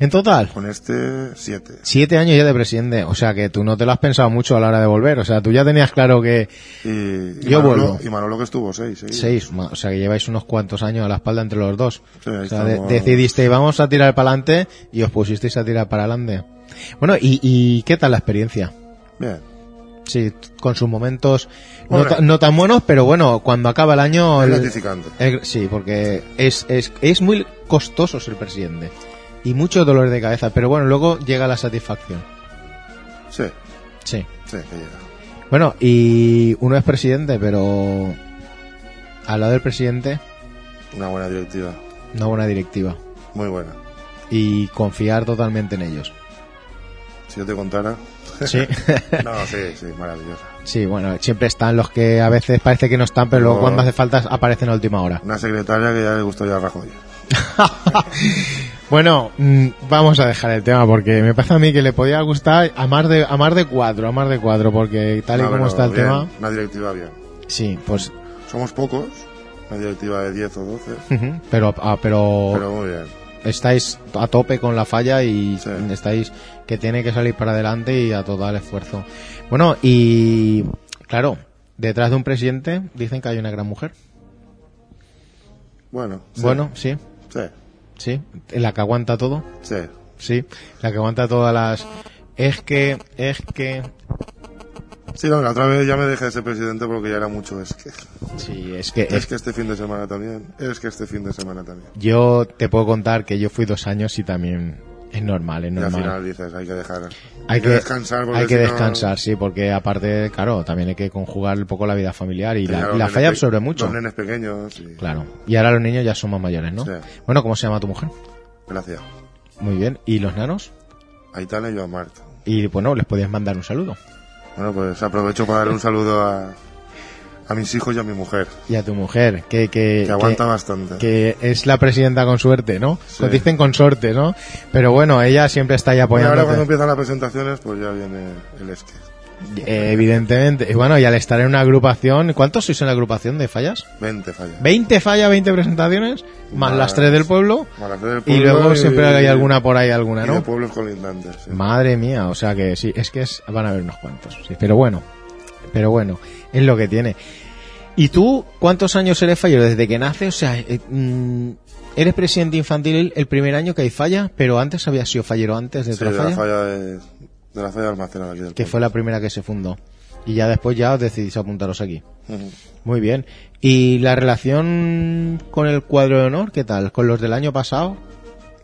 Speaker 6: En total,
Speaker 7: Con este, siete.
Speaker 6: siete años ya de presidente. O sea que tú no te lo has pensado mucho a la hora de volver. O sea, tú ya tenías claro que
Speaker 7: Y, y
Speaker 6: Yo
Speaker 7: Manolo,
Speaker 6: vuelvo.
Speaker 7: Y Manolo que estuvo seis, seguidos.
Speaker 6: seis, ma- o sea que lleváis unos cuantos años a la espalda entre los dos.
Speaker 7: Sí, ahí
Speaker 6: o sea, de-
Speaker 7: estamos.
Speaker 6: decidiste vamos a tirar para adelante y os pusisteis a tirar para adelante. Bueno, ¿y, y qué tal la experiencia?
Speaker 7: Bien.
Speaker 6: Sí, t- con sus momentos no,
Speaker 7: Hombre.
Speaker 6: ta- no tan buenos, pero bueno, cuando acaba el año...
Speaker 7: Es
Speaker 6: el-
Speaker 7: gratificante.
Speaker 6: Eh, Sí, porque es, es, es muy costoso ser presidente. Y mucho dolor de cabeza, pero bueno, luego llega la satisfacción.
Speaker 7: Sí,
Speaker 6: Sí.
Speaker 7: sí, que llega.
Speaker 6: Bueno, y uno es presidente, pero al lado del presidente,
Speaker 7: Una buena directiva,
Speaker 6: una buena directiva.
Speaker 7: muy buena.
Speaker 6: Y confiar totalmente en ellos.
Speaker 7: Si yo
Speaker 6: (laughs)
Speaker 7: te contara.
Speaker 6: Sí.
Speaker 7: No, sí, sí, maravillosa.
Speaker 6: sí, bueno, siempre están los que a veces parece que no están, pero luego
Speaker 7: No.
Speaker 6: cuando hace falta aparecen a última hora.
Speaker 7: Una secretaria que ya le gustó ya a Rajoy.
Speaker 6: Bueno, mm, vamos a dejar el tema porque me pasa a mí que le podía gustar a más de, a más de cuatro, a más de cuatro, porque tal y
Speaker 7: No,
Speaker 6: como
Speaker 7: pero
Speaker 6: está el
Speaker 7: Ah, bien,
Speaker 6: tema...
Speaker 7: Una directiva bien.
Speaker 6: Sí, pues
Speaker 7: Somos pocos, una directiva de 10 o 12,
Speaker 6: Ujú, Pero, ah, pero,
Speaker 7: pero muy bien.
Speaker 6: estáis a tope con la falla y
Speaker 7: Sí.
Speaker 6: estáis que tiene que salir para adelante y a total esfuerzo. Bueno, y claro, detrás de un presidente dicen que hay una gran mujer.
Speaker 7: Bueno, sí,
Speaker 6: Bueno, sí,
Speaker 7: Sí,
Speaker 6: sí. La que aguanta todo.
Speaker 7: sí.
Speaker 6: Sí, la que aguanta todas las... Es que, es que...
Speaker 7: Sí, no, la otra vez ya me dejé de ser presidente porque ya era mucho. Es que,
Speaker 6: Eh. Sí, es que...
Speaker 7: es que este fin de semana también. Es que este fin de semana también.
Speaker 6: Yo te puedo contar que yo fui dos años y también es normal, es
Speaker 7: Y al
Speaker 6: normal.
Speaker 7: final dices, hay que dejar.
Speaker 6: hay que
Speaker 7: descansar. porque
Speaker 6: hay que
Speaker 7: si no-
Speaker 6: descansar, sí, porque aparte, claro, también hay que conjugar un poco la vida familiar y
Speaker 7: Tenía
Speaker 6: la,
Speaker 7: los
Speaker 6: la
Speaker 7: nenes
Speaker 6: falla
Speaker 7: pe-
Speaker 6: absorbe mucho.
Speaker 7: Los nenes pequeños. y-
Speaker 6: Claro. Y ahora los niños ya son más mayores, ¿no?
Speaker 7: Sí.
Speaker 6: Bueno, ¿cómo se llama tu mujer?
Speaker 7: Gracias.
Speaker 6: Muy bien. ¿Y los nanos?
Speaker 7: Aitana y yo a Marta.
Speaker 6: Y bueno, les podías mandar un saludo.
Speaker 7: Bueno, pues aprovecho para dar un saludo a, a mis hijos y a mi mujer,
Speaker 6: Y a tu mujer, que, que,
Speaker 7: que aguanta
Speaker 6: que-
Speaker 7: bastante.
Speaker 6: que es la presidenta con suerte, ¿no?
Speaker 7: Sí.
Speaker 6: Pues dicen consorte, ¿no? Pero bueno, ella siempre está ahí
Speaker 7: Bueno, ahora
Speaker 6: apoyándote.
Speaker 7: cuando empiezan las presentaciones, pues ya viene el este. esque.
Speaker 6: Eh, evidentemente. Y bueno, y al estar en una agrupación, ¿cuántos sois en la agrupación de fallas?
Speaker 7: 20 fallas.
Speaker 6: 20 fallas, 20 presentaciones, más
Speaker 7: Más-
Speaker 6: las 3 del pueblo.
Speaker 7: Más las tres del
Speaker 6: Y
Speaker 7: pueblo
Speaker 6: luego
Speaker 7: y-
Speaker 6: siempre hay alguna por ahí, alguna,
Speaker 7: Y de
Speaker 6: ¿no?
Speaker 7: pueblos colindantes. sí.
Speaker 6: Madre mía, o sea que sí, es que es- van a haber unos cuantos. sí, pero bueno, pero bueno, es lo que tiene. ¿Y tú cuántos años eres fallero? Desde que naces, o sea, eh, mm, eres presidente infantil el primer año que hay falla, pero antes habías sido fallero antes de
Speaker 7: Sí,
Speaker 6: otra
Speaker 7: de
Speaker 6: falla,
Speaker 7: la falla de, de la falla de almacenada aquí del
Speaker 6: que fue la primera que se fundó. Y ya después ya os decidís apuntaros aquí.
Speaker 7: pueblo. Ujú.
Speaker 6: Muy bien. ¿Y la relación con el cuadro de honor, qué tal? ¿Con los del año pasado?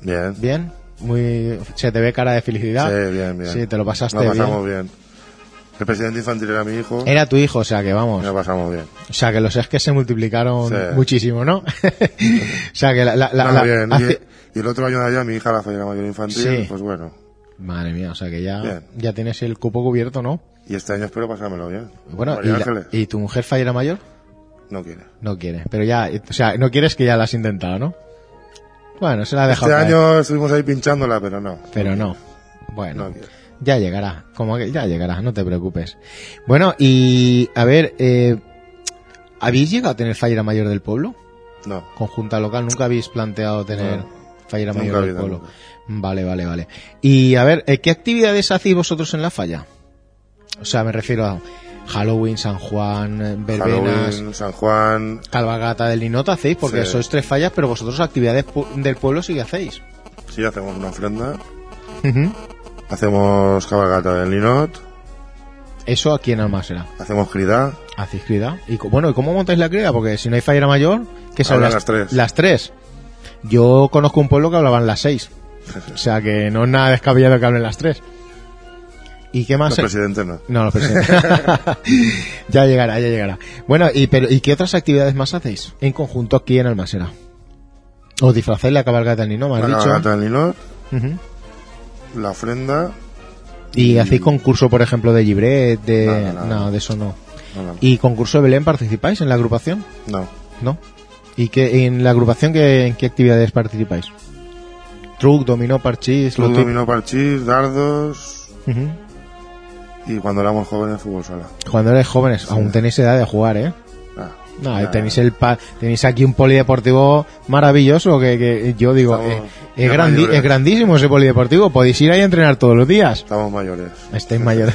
Speaker 7: Bien.
Speaker 6: ¿Bien? Muy, se te ve cara de felicidad.
Speaker 7: Sí, bien, bien.
Speaker 6: Sí, te lo pasaste
Speaker 7: Lo
Speaker 6: bien.
Speaker 7: pasamos bien. El presidente infantil era mi hijo.
Speaker 6: Era tu hijo, o sea que
Speaker 7: y
Speaker 6: vamos.
Speaker 7: Lo pasamos bien.
Speaker 6: O sea que los es que se multiplicaron
Speaker 7: Sí.
Speaker 6: muchísimo, ¿no? (laughs) o sea que la. la- la- la-
Speaker 7: Nada, bien.
Speaker 6: hace-
Speaker 7: Y, y el otro año de allá, mi hija, la fallera mayor infantil,
Speaker 6: Sí.
Speaker 7: pues bueno.
Speaker 6: Madre mía, o sea que ya,
Speaker 7: Bien.
Speaker 6: ya tienes el cupo cubierto, ¿no?
Speaker 7: Y este año espero pasármelo bien.
Speaker 6: Bueno, y,
Speaker 7: María
Speaker 6: la-
Speaker 7: Ángeles
Speaker 6: ¿y tu mujer fallera mayor?
Speaker 7: no quiere.
Speaker 6: No quiere, pero ya, o sea, no quieres que ya la has intentado, ¿no? Bueno, se la ha dejado.
Speaker 7: Este
Speaker 6: caer,
Speaker 7: año estuvimos ahí pinchándola, pero no.
Speaker 6: Pero no. Bueno,
Speaker 7: No quiere.
Speaker 6: ya llegará, como que ya llegará, no te preocupes. Bueno, y a ver, eh, ¿habéis llegado a tener fallera mayor del pueblo?
Speaker 7: No.
Speaker 6: conjunta local, nunca habéis planteado tener
Speaker 7: No.
Speaker 6: fallera
Speaker 7: Nunca
Speaker 6: mayor
Speaker 7: ha
Speaker 6: del
Speaker 7: habido,
Speaker 6: pueblo.
Speaker 7: nunca.
Speaker 6: Vale, vale, vale. Y a ver, eh, ¿qué actividades hacéis vosotros en la falla? O sea, me refiero a Halloween, San Juan, eh, verbenas,
Speaker 7: Halloween, San Juan.
Speaker 6: Calvagata del Linota hacéis, porque
Speaker 7: Sí.
Speaker 6: sois tres fallas, pero vosotros actividades pu- del pueblo sí que hacéis.
Speaker 7: Sí, hacemos una ofrenda.
Speaker 6: Ujú.
Speaker 7: Hacemos cabalgata del Linot.
Speaker 6: Eso aquí en Almásera.
Speaker 7: Hacemos crida.
Speaker 6: Hacéis crida. Y co- bueno, ¿y cómo montáis la crida? Porque si no hay fallera mayor, que son
Speaker 7: Hablan las tres.
Speaker 6: Las tres. Yo conozco un pueblo que hablaban las seis. O sea que no es nada descabellado que hablen las tres. ¿Y qué
Speaker 7: El
Speaker 6: más?
Speaker 7: presidente no.
Speaker 6: No, los (laughs) presidentes. ya llegará, ya llegará. Bueno, y, pero, ¿y qué otras actividades más hacéis en conjunto aquí en Almasera? ¿Os disfrazáis la cabalgata del Nino, me has
Speaker 7: La
Speaker 6: dicho?
Speaker 7: cabalgata del Linot.
Speaker 6: Ujú.
Speaker 7: La ofrenda.
Speaker 6: ¿Y hacéis concurso, por ejemplo, de libret? De...
Speaker 7: Nada, nada.
Speaker 6: no, de eso no.
Speaker 7: No, no.
Speaker 6: ¿Y concurso de Belén participáis en la agrupación?
Speaker 7: No.
Speaker 6: ¿No? ¿Y que en la agrupación qué, en qué actividades participáis? Truc, dominó, parchís,
Speaker 7: Club
Speaker 6: lo típico.
Speaker 7: dominó parchís, dardos.
Speaker 6: Ujú.
Speaker 7: Y cuando éramos jóvenes, fútbol sala.
Speaker 6: Cuando eres jóvenes, aún tenéis edad de jugar, ¿eh?
Speaker 7: Ah,
Speaker 6: No,
Speaker 7: ya.
Speaker 6: tenéis el pa- tenéis aquí un polideportivo maravilloso que, que yo digo
Speaker 7: Estamos
Speaker 6: eh,
Speaker 7: ya
Speaker 6: es, grandi-
Speaker 7: mayores.
Speaker 6: es grandísimo ese polideportivo, podéis ir ahí a entrenar todos los días.
Speaker 7: Estamos mayores.
Speaker 6: Estáis
Speaker 7: (laughs)
Speaker 6: mayor.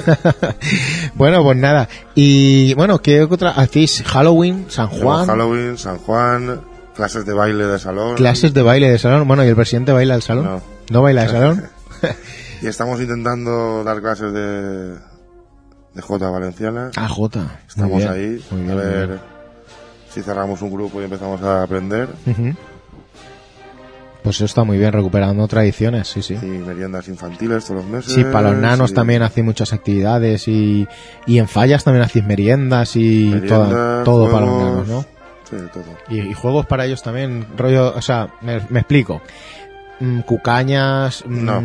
Speaker 6: (laughs) bueno, pues nada. Y bueno, ¿qué otra? ¿Hacéis Halloween, San
Speaker 7: Hacemos
Speaker 6: Juan?
Speaker 7: Halloween, San Juan. Clases de baile de salón.
Speaker 6: ¿Clases de baile de salón? Bueno, ¿y el presidente baila al salón?
Speaker 7: No.
Speaker 6: baila al
Speaker 7: (laughs)
Speaker 6: salón?
Speaker 7: Y estamos intentando dar clases de. de J Valenciana.
Speaker 6: Ah, Jota.
Speaker 7: Estamos
Speaker 6: Muy bien,
Speaker 7: ahí,
Speaker 6: muy bien,
Speaker 7: a
Speaker 6: muy
Speaker 7: ver
Speaker 6: bien.
Speaker 7: si cerramos un grupo y empezamos a aprender.
Speaker 6: Ujú. Pues eso está muy bien, recuperando tradiciones, sí, sí.
Speaker 7: Y meriendas infantiles todos los meses.
Speaker 6: Sí, para los nanos
Speaker 7: y
Speaker 6: también hacéis muchas actividades y, y en fallas también hacéis meriendas y
Speaker 7: meriendas,
Speaker 6: todo, todo para los nanos,
Speaker 7: juegos,
Speaker 6: ¿no?
Speaker 7: Sí, todo.
Speaker 6: Y, y juegos para ellos también, rollo, o sea, me, me explico. Mm, cucañas. mm,
Speaker 7: No.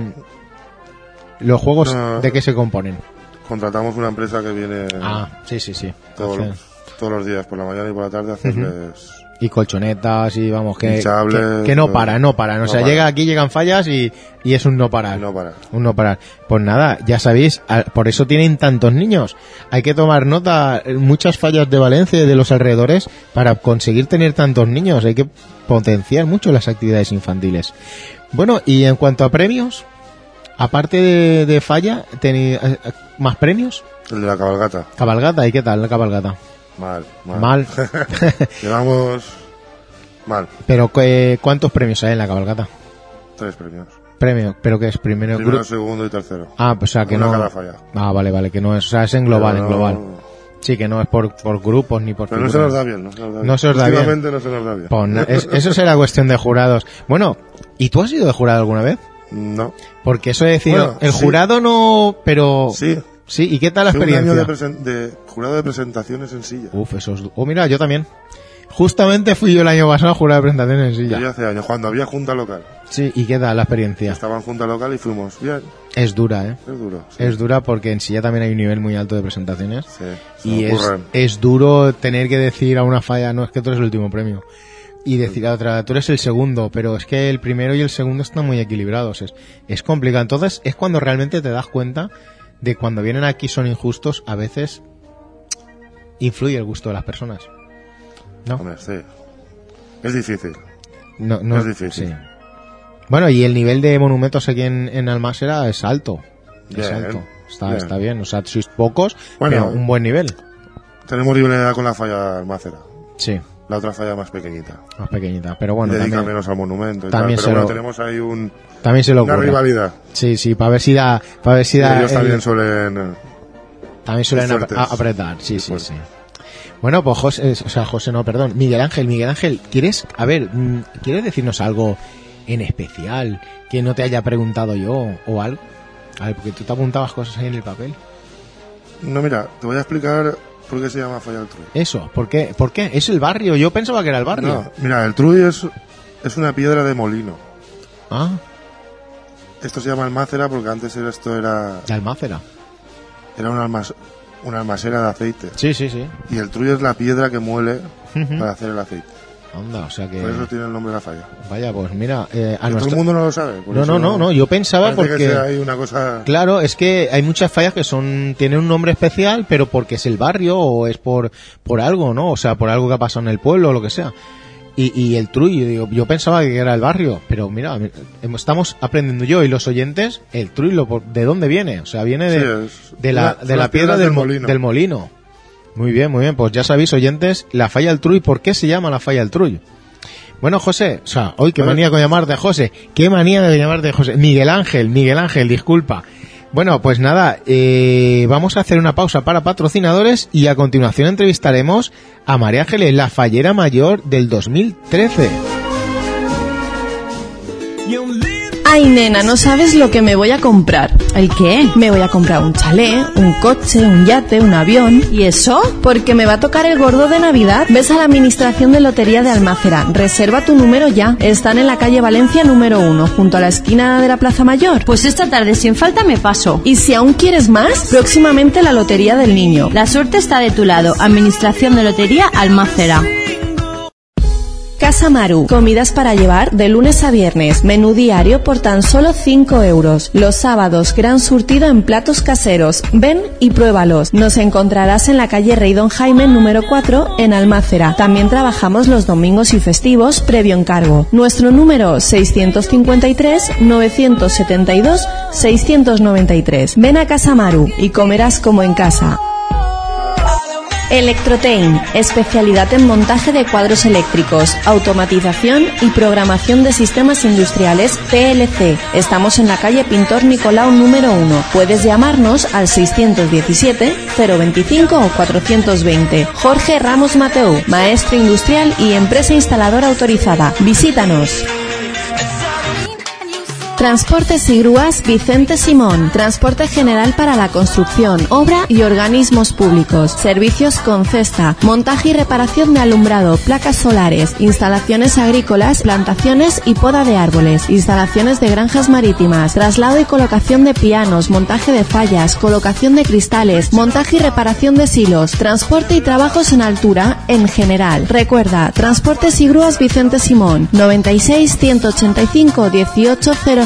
Speaker 6: ¿Los juegos
Speaker 7: No.
Speaker 6: de qué se componen?
Speaker 7: Contratamos una empresa que viene
Speaker 6: Ah, sí, sí, sí.
Speaker 7: todos,
Speaker 6: Hacen-
Speaker 7: los- todos los días, por la mañana y por la tarde, a hacerles.
Speaker 6: Y colchonetas y vamos, que,
Speaker 7: Hinchables,
Speaker 6: que, que no
Speaker 7: todo.
Speaker 6: para, no para. o
Speaker 7: No
Speaker 6: sea,
Speaker 7: para.
Speaker 6: llega aquí, llegan fallas y, y es un no parar.
Speaker 7: No parar.
Speaker 6: Un no parar. Pues nada, ya sabéis, a- por eso tienen tantos niños. Hay que tomar nota, eh, muchas fallas de Valencia y de los alrededores para conseguir tener tantos niños. Hay que potenciar mucho las actividades infantiles. Bueno, y en cuanto a premios, aparte de, de falla, ¿tenéis eh, eh, más premios?
Speaker 7: El de la cabalgata.
Speaker 6: (laughs) Cabalgata, ¿y qué tal la cabalgata?
Speaker 7: Mal, mal.
Speaker 6: Mal.
Speaker 7: (laughs) Llevamos Mal,
Speaker 6: Pero ¿qué- ¿cuántos premios hay en la cabalgata?
Speaker 7: tres premios.
Speaker 6: Premio, pero que es primero,
Speaker 7: Primero,
Speaker 6: grupo.
Speaker 7: segundo y tercero.
Speaker 6: Ah, pues o sea que
Speaker 7: Una
Speaker 6: no.
Speaker 7: cada falla.
Speaker 6: Ah, vale, vale, que no es, o sea, es en global,
Speaker 7: Pero
Speaker 6: en
Speaker 7: no-
Speaker 6: global. Sí, que no es por, por grupos ni por
Speaker 7: Pero no se
Speaker 6: figuras.
Speaker 7: nos da bien, no se nos da bien.
Speaker 6: No se os da bien.
Speaker 7: Últimamente no se nos da bien.
Speaker 6: Pues na- es- eso será cuestión de jurados. Bueno, ¿y tú has sido de jurado alguna vez?
Speaker 7: No.
Speaker 6: Porque eso es decir,
Speaker 7: Bueno,
Speaker 6: el
Speaker 7: sí.
Speaker 6: jurado no, pero
Speaker 7: Sí.
Speaker 6: sí. ¿Y qué tal la
Speaker 7: Fui un año de,
Speaker 6: experiencia?
Speaker 7: presen- de jurado de presentaciones en silla.
Speaker 6: Uf, eso es. du- Oh, mira, yo también. Justamente fui yo el año pasado a jurar de presentación en
Speaker 7: Yo ya
Speaker 6: silla.
Speaker 7: hace años, cuando había junta local.
Speaker 6: Sí, ¿y qué tal la experiencia?
Speaker 7: Estaba en junta local y fuimos. Bien,
Speaker 6: Es dura, ¿eh?
Speaker 7: es duro. Sí.
Speaker 6: Es dura porque en silla también hay un nivel muy alto de presentaciones.
Speaker 7: Sí, se
Speaker 6: Y
Speaker 7: me
Speaker 6: es,
Speaker 7: ocurren.
Speaker 6: es duro tener que decir a una falla, no, es que tú eres el último premio. Y decir a otra, tú eres el segundo, pero es que el primero y el segundo están muy equilibrados. Es, es complicado. Entonces es cuando realmente te das cuenta de cuando vienen aquí son injustos, a veces influye el gusto de las personas. ¿No?
Speaker 7: Hombre, sí. Es difícil.
Speaker 6: No, no
Speaker 7: es difícil.
Speaker 6: sí. Bueno, y el nivel de monumentos aquí en, en Almásera es alto. Es
Speaker 7: Bien,
Speaker 6: alto. Está bien.
Speaker 7: bien.
Speaker 6: está bien. O sea, sois pocos,
Speaker 7: ¿eh? Bueno,
Speaker 6: pero un buen nivel.
Speaker 7: Tenemos rivalidad con la falla almacera.
Speaker 6: Sí,
Speaker 7: La otra falla más pequeñita.
Speaker 6: más pequeñita. Pero bueno,
Speaker 7: Dedica
Speaker 6: también-
Speaker 7: menos al monumento. y
Speaker 6: también
Speaker 7: tal,
Speaker 6: se
Speaker 7: Pero
Speaker 6: lo-
Speaker 7: bueno, tenemos ahí un,
Speaker 6: También se lo
Speaker 7: una
Speaker 6: ocurre.
Speaker 7: rivalidad.
Speaker 6: Sí, sí, para ver si da. Para ver si da.
Speaker 7: Ellos
Speaker 6: el-
Speaker 7: también suelen.
Speaker 6: también suelen
Speaker 7: muy
Speaker 6: ap-
Speaker 7: fuertes.
Speaker 6: a- apretar. Sí, sí,
Speaker 7: fuertes.
Speaker 6: sí. Bueno, pues José, o sea, José, no, perdón. Miguel Ángel, Miguel Ángel, ¿quieres, a ver, mm, ¿quieres decirnos algo en especial que no te haya preguntado yo o algo? A ver, porque tú te apuntabas cosas ahí en el papel.
Speaker 7: No, mira, te voy a explicar por qué se llama falla del Truy.
Speaker 6: Eso, ¿por qué? ¿Por qué? ¿Es el barrio? Yo pensaba que era el barrio.
Speaker 7: No, mira, el Truy es, es una piedra de molino.
Speaker 6: Ah,
Speaker 7: Esto se llama almácera porque antes era- esto era,
Speaker 6: de Almácera.
Speaker 7: era una, almas- una almacera de aceite.
Speaker 6: Sí, sí, sí.
Speaker 7: Y el Truy es la piedra que muele
Speaker 6: Ujú.
Speaker 7: para hacer el aceite.
Speaker 6: Anda, o sea que.
Speaker 7: Por Pues eso tiene el nombre de la falla.
Speaker 6: Vaya, pues mira, eh, a
Speaker 7: Que Todo
Speaker 6: nuestro-
Speaker 7: el mundo no lo sabe. por
Speaker 6: No,
Speaker 7: eso
Speaker 6: no, no, no, yo pensaba
Speaker 7: parece
Speaker 6: porque.
Speaker 7: que sea ahí una cosa...
Speaker 6: Claro, es que hay muchas fallas que son tienen un nombre especial, pero porque es el barrio o es por por algo, ¿no? O sea, por algo que ha pasado en el pueblo o lo que sea. Y, y el Truy, yo, digo, yo pensaba que era el barrio, pero mira, em- estamos aprendiendo yo y los oyentes el Truy, lo, por- ¿de dónde viene? O sea, viene de,
Speaker 7: Sí, es
Speaker 6: de la,
Speaker 7: una-
Speaker 6: de
Speaker 7: son
Speaker 6: la piedra
Speaker 7: las piedras
Speaker 6: del, mo- del molino. Muy bien, muy bien. Pues ya sabéis, oyentes, la falla del Truy, ¿por qué se llama la falla del Truy? Bueno, José, o sea, hoy qué
Speaker 7: A ver.
Speaker 6: manía con llamarte José, qué manía de llamarte José. Miguel Ángel, Miguel Ángel, disculpa. Bueno, pues nada, eh, vamos a hacer una pausa para patrocinadores y a continuación entrevistaremos a María Ángeles, la fallera mayor del 2013.
Speaker 3: Ay, nena, no sabes lo que me voy a comprar.
Speaker 4: ¿El qué?
Speaker 3: Me voy a comprar un chalet, un coche, un yate, un avión.
Speaker 4: ¿Y eso?
Speaker 3: Porque me va a tocar el gordo de Navidad. Ves a la Administración de Lotería de Almácera. Reserva tu número ya. Están en la calle Valencia número 1, junto a la esquina de la Plaza Mayor.
Speaker 4: Pues esta tarde sin falta me paso.
Speaker 3: Y si aún quieres más, próximamente la Lotería del Niño.
Speaker 4: La suerte está de tu lado. Administración de Lotería Almácera.
Speaker 3: Casa Maru, comidas para llevar de lunes a viernes, menú diario por tan solo 5 euros. Los sábados, gran surtido en platos caseros. Ven y pruébalos. Nos encontrarás en la calle Rey Don Jaime número 4 en Almácera. También trabajamos los domingos y festivos previo encargo. Nuestro número 653 972 693. Ven a Casa Maru y comerás como en casa. Electrotain, especialidad en montaje de cuadros eléctricos, automatización y programación de sistemas industriales PLC. Estamos en la calle Pintor Nicolau número 1. Puedes llamarnos al 617 025 o 420. Jorge Ramos Mateu, maestro industrial y empresa instaladora autorizada. Visítanos. Transportes y Grúas Vicente Simón. Transporte general para la construcción, obra y organismos públicos. Servicios con cesta, montaje y reparación de alumbrado, placas solares, instalaciones agrícolas, plantaciones y poda de árboles, instalaciones de granjas marítimas, traslado y colocación de pianos, montaje de fallas, colocación de cristales, montaje y reparación de silos, transporte y trabajos en altura en general. Recuerda, Transportes y Grúas Vicente Simón, 96 185 1800,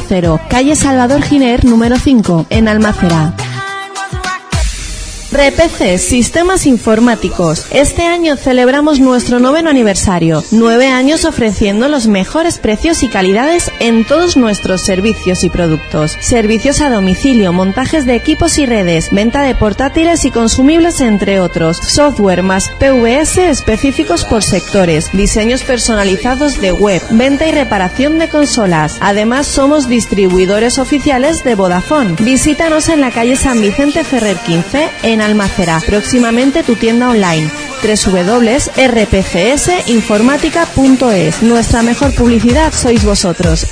Speaker 3: calle Salvador Giner número 5, en Almácera. Repc Sistemas Informáticos. Este año celebramos nuestro noveno aniversario. Nueve años ofreciendo los mejores precios y calidades en todos nuestros servicios y productos. Servicios a domicilio, montajes de equipos y redes, venta de portátiles y consumibles, entre otros. Software más PVS específicos por sectores. Diseños personalizados de web. Venta y reparación de consolas. Además, somos distribuidores oficiales de Vodafone. Visítanos en la calle San Vicente Ferrer 15 en Almacera. Próximamente tu tienda online www.rpcsinformática.es. Nuestra mejor publicidad sois vosotros.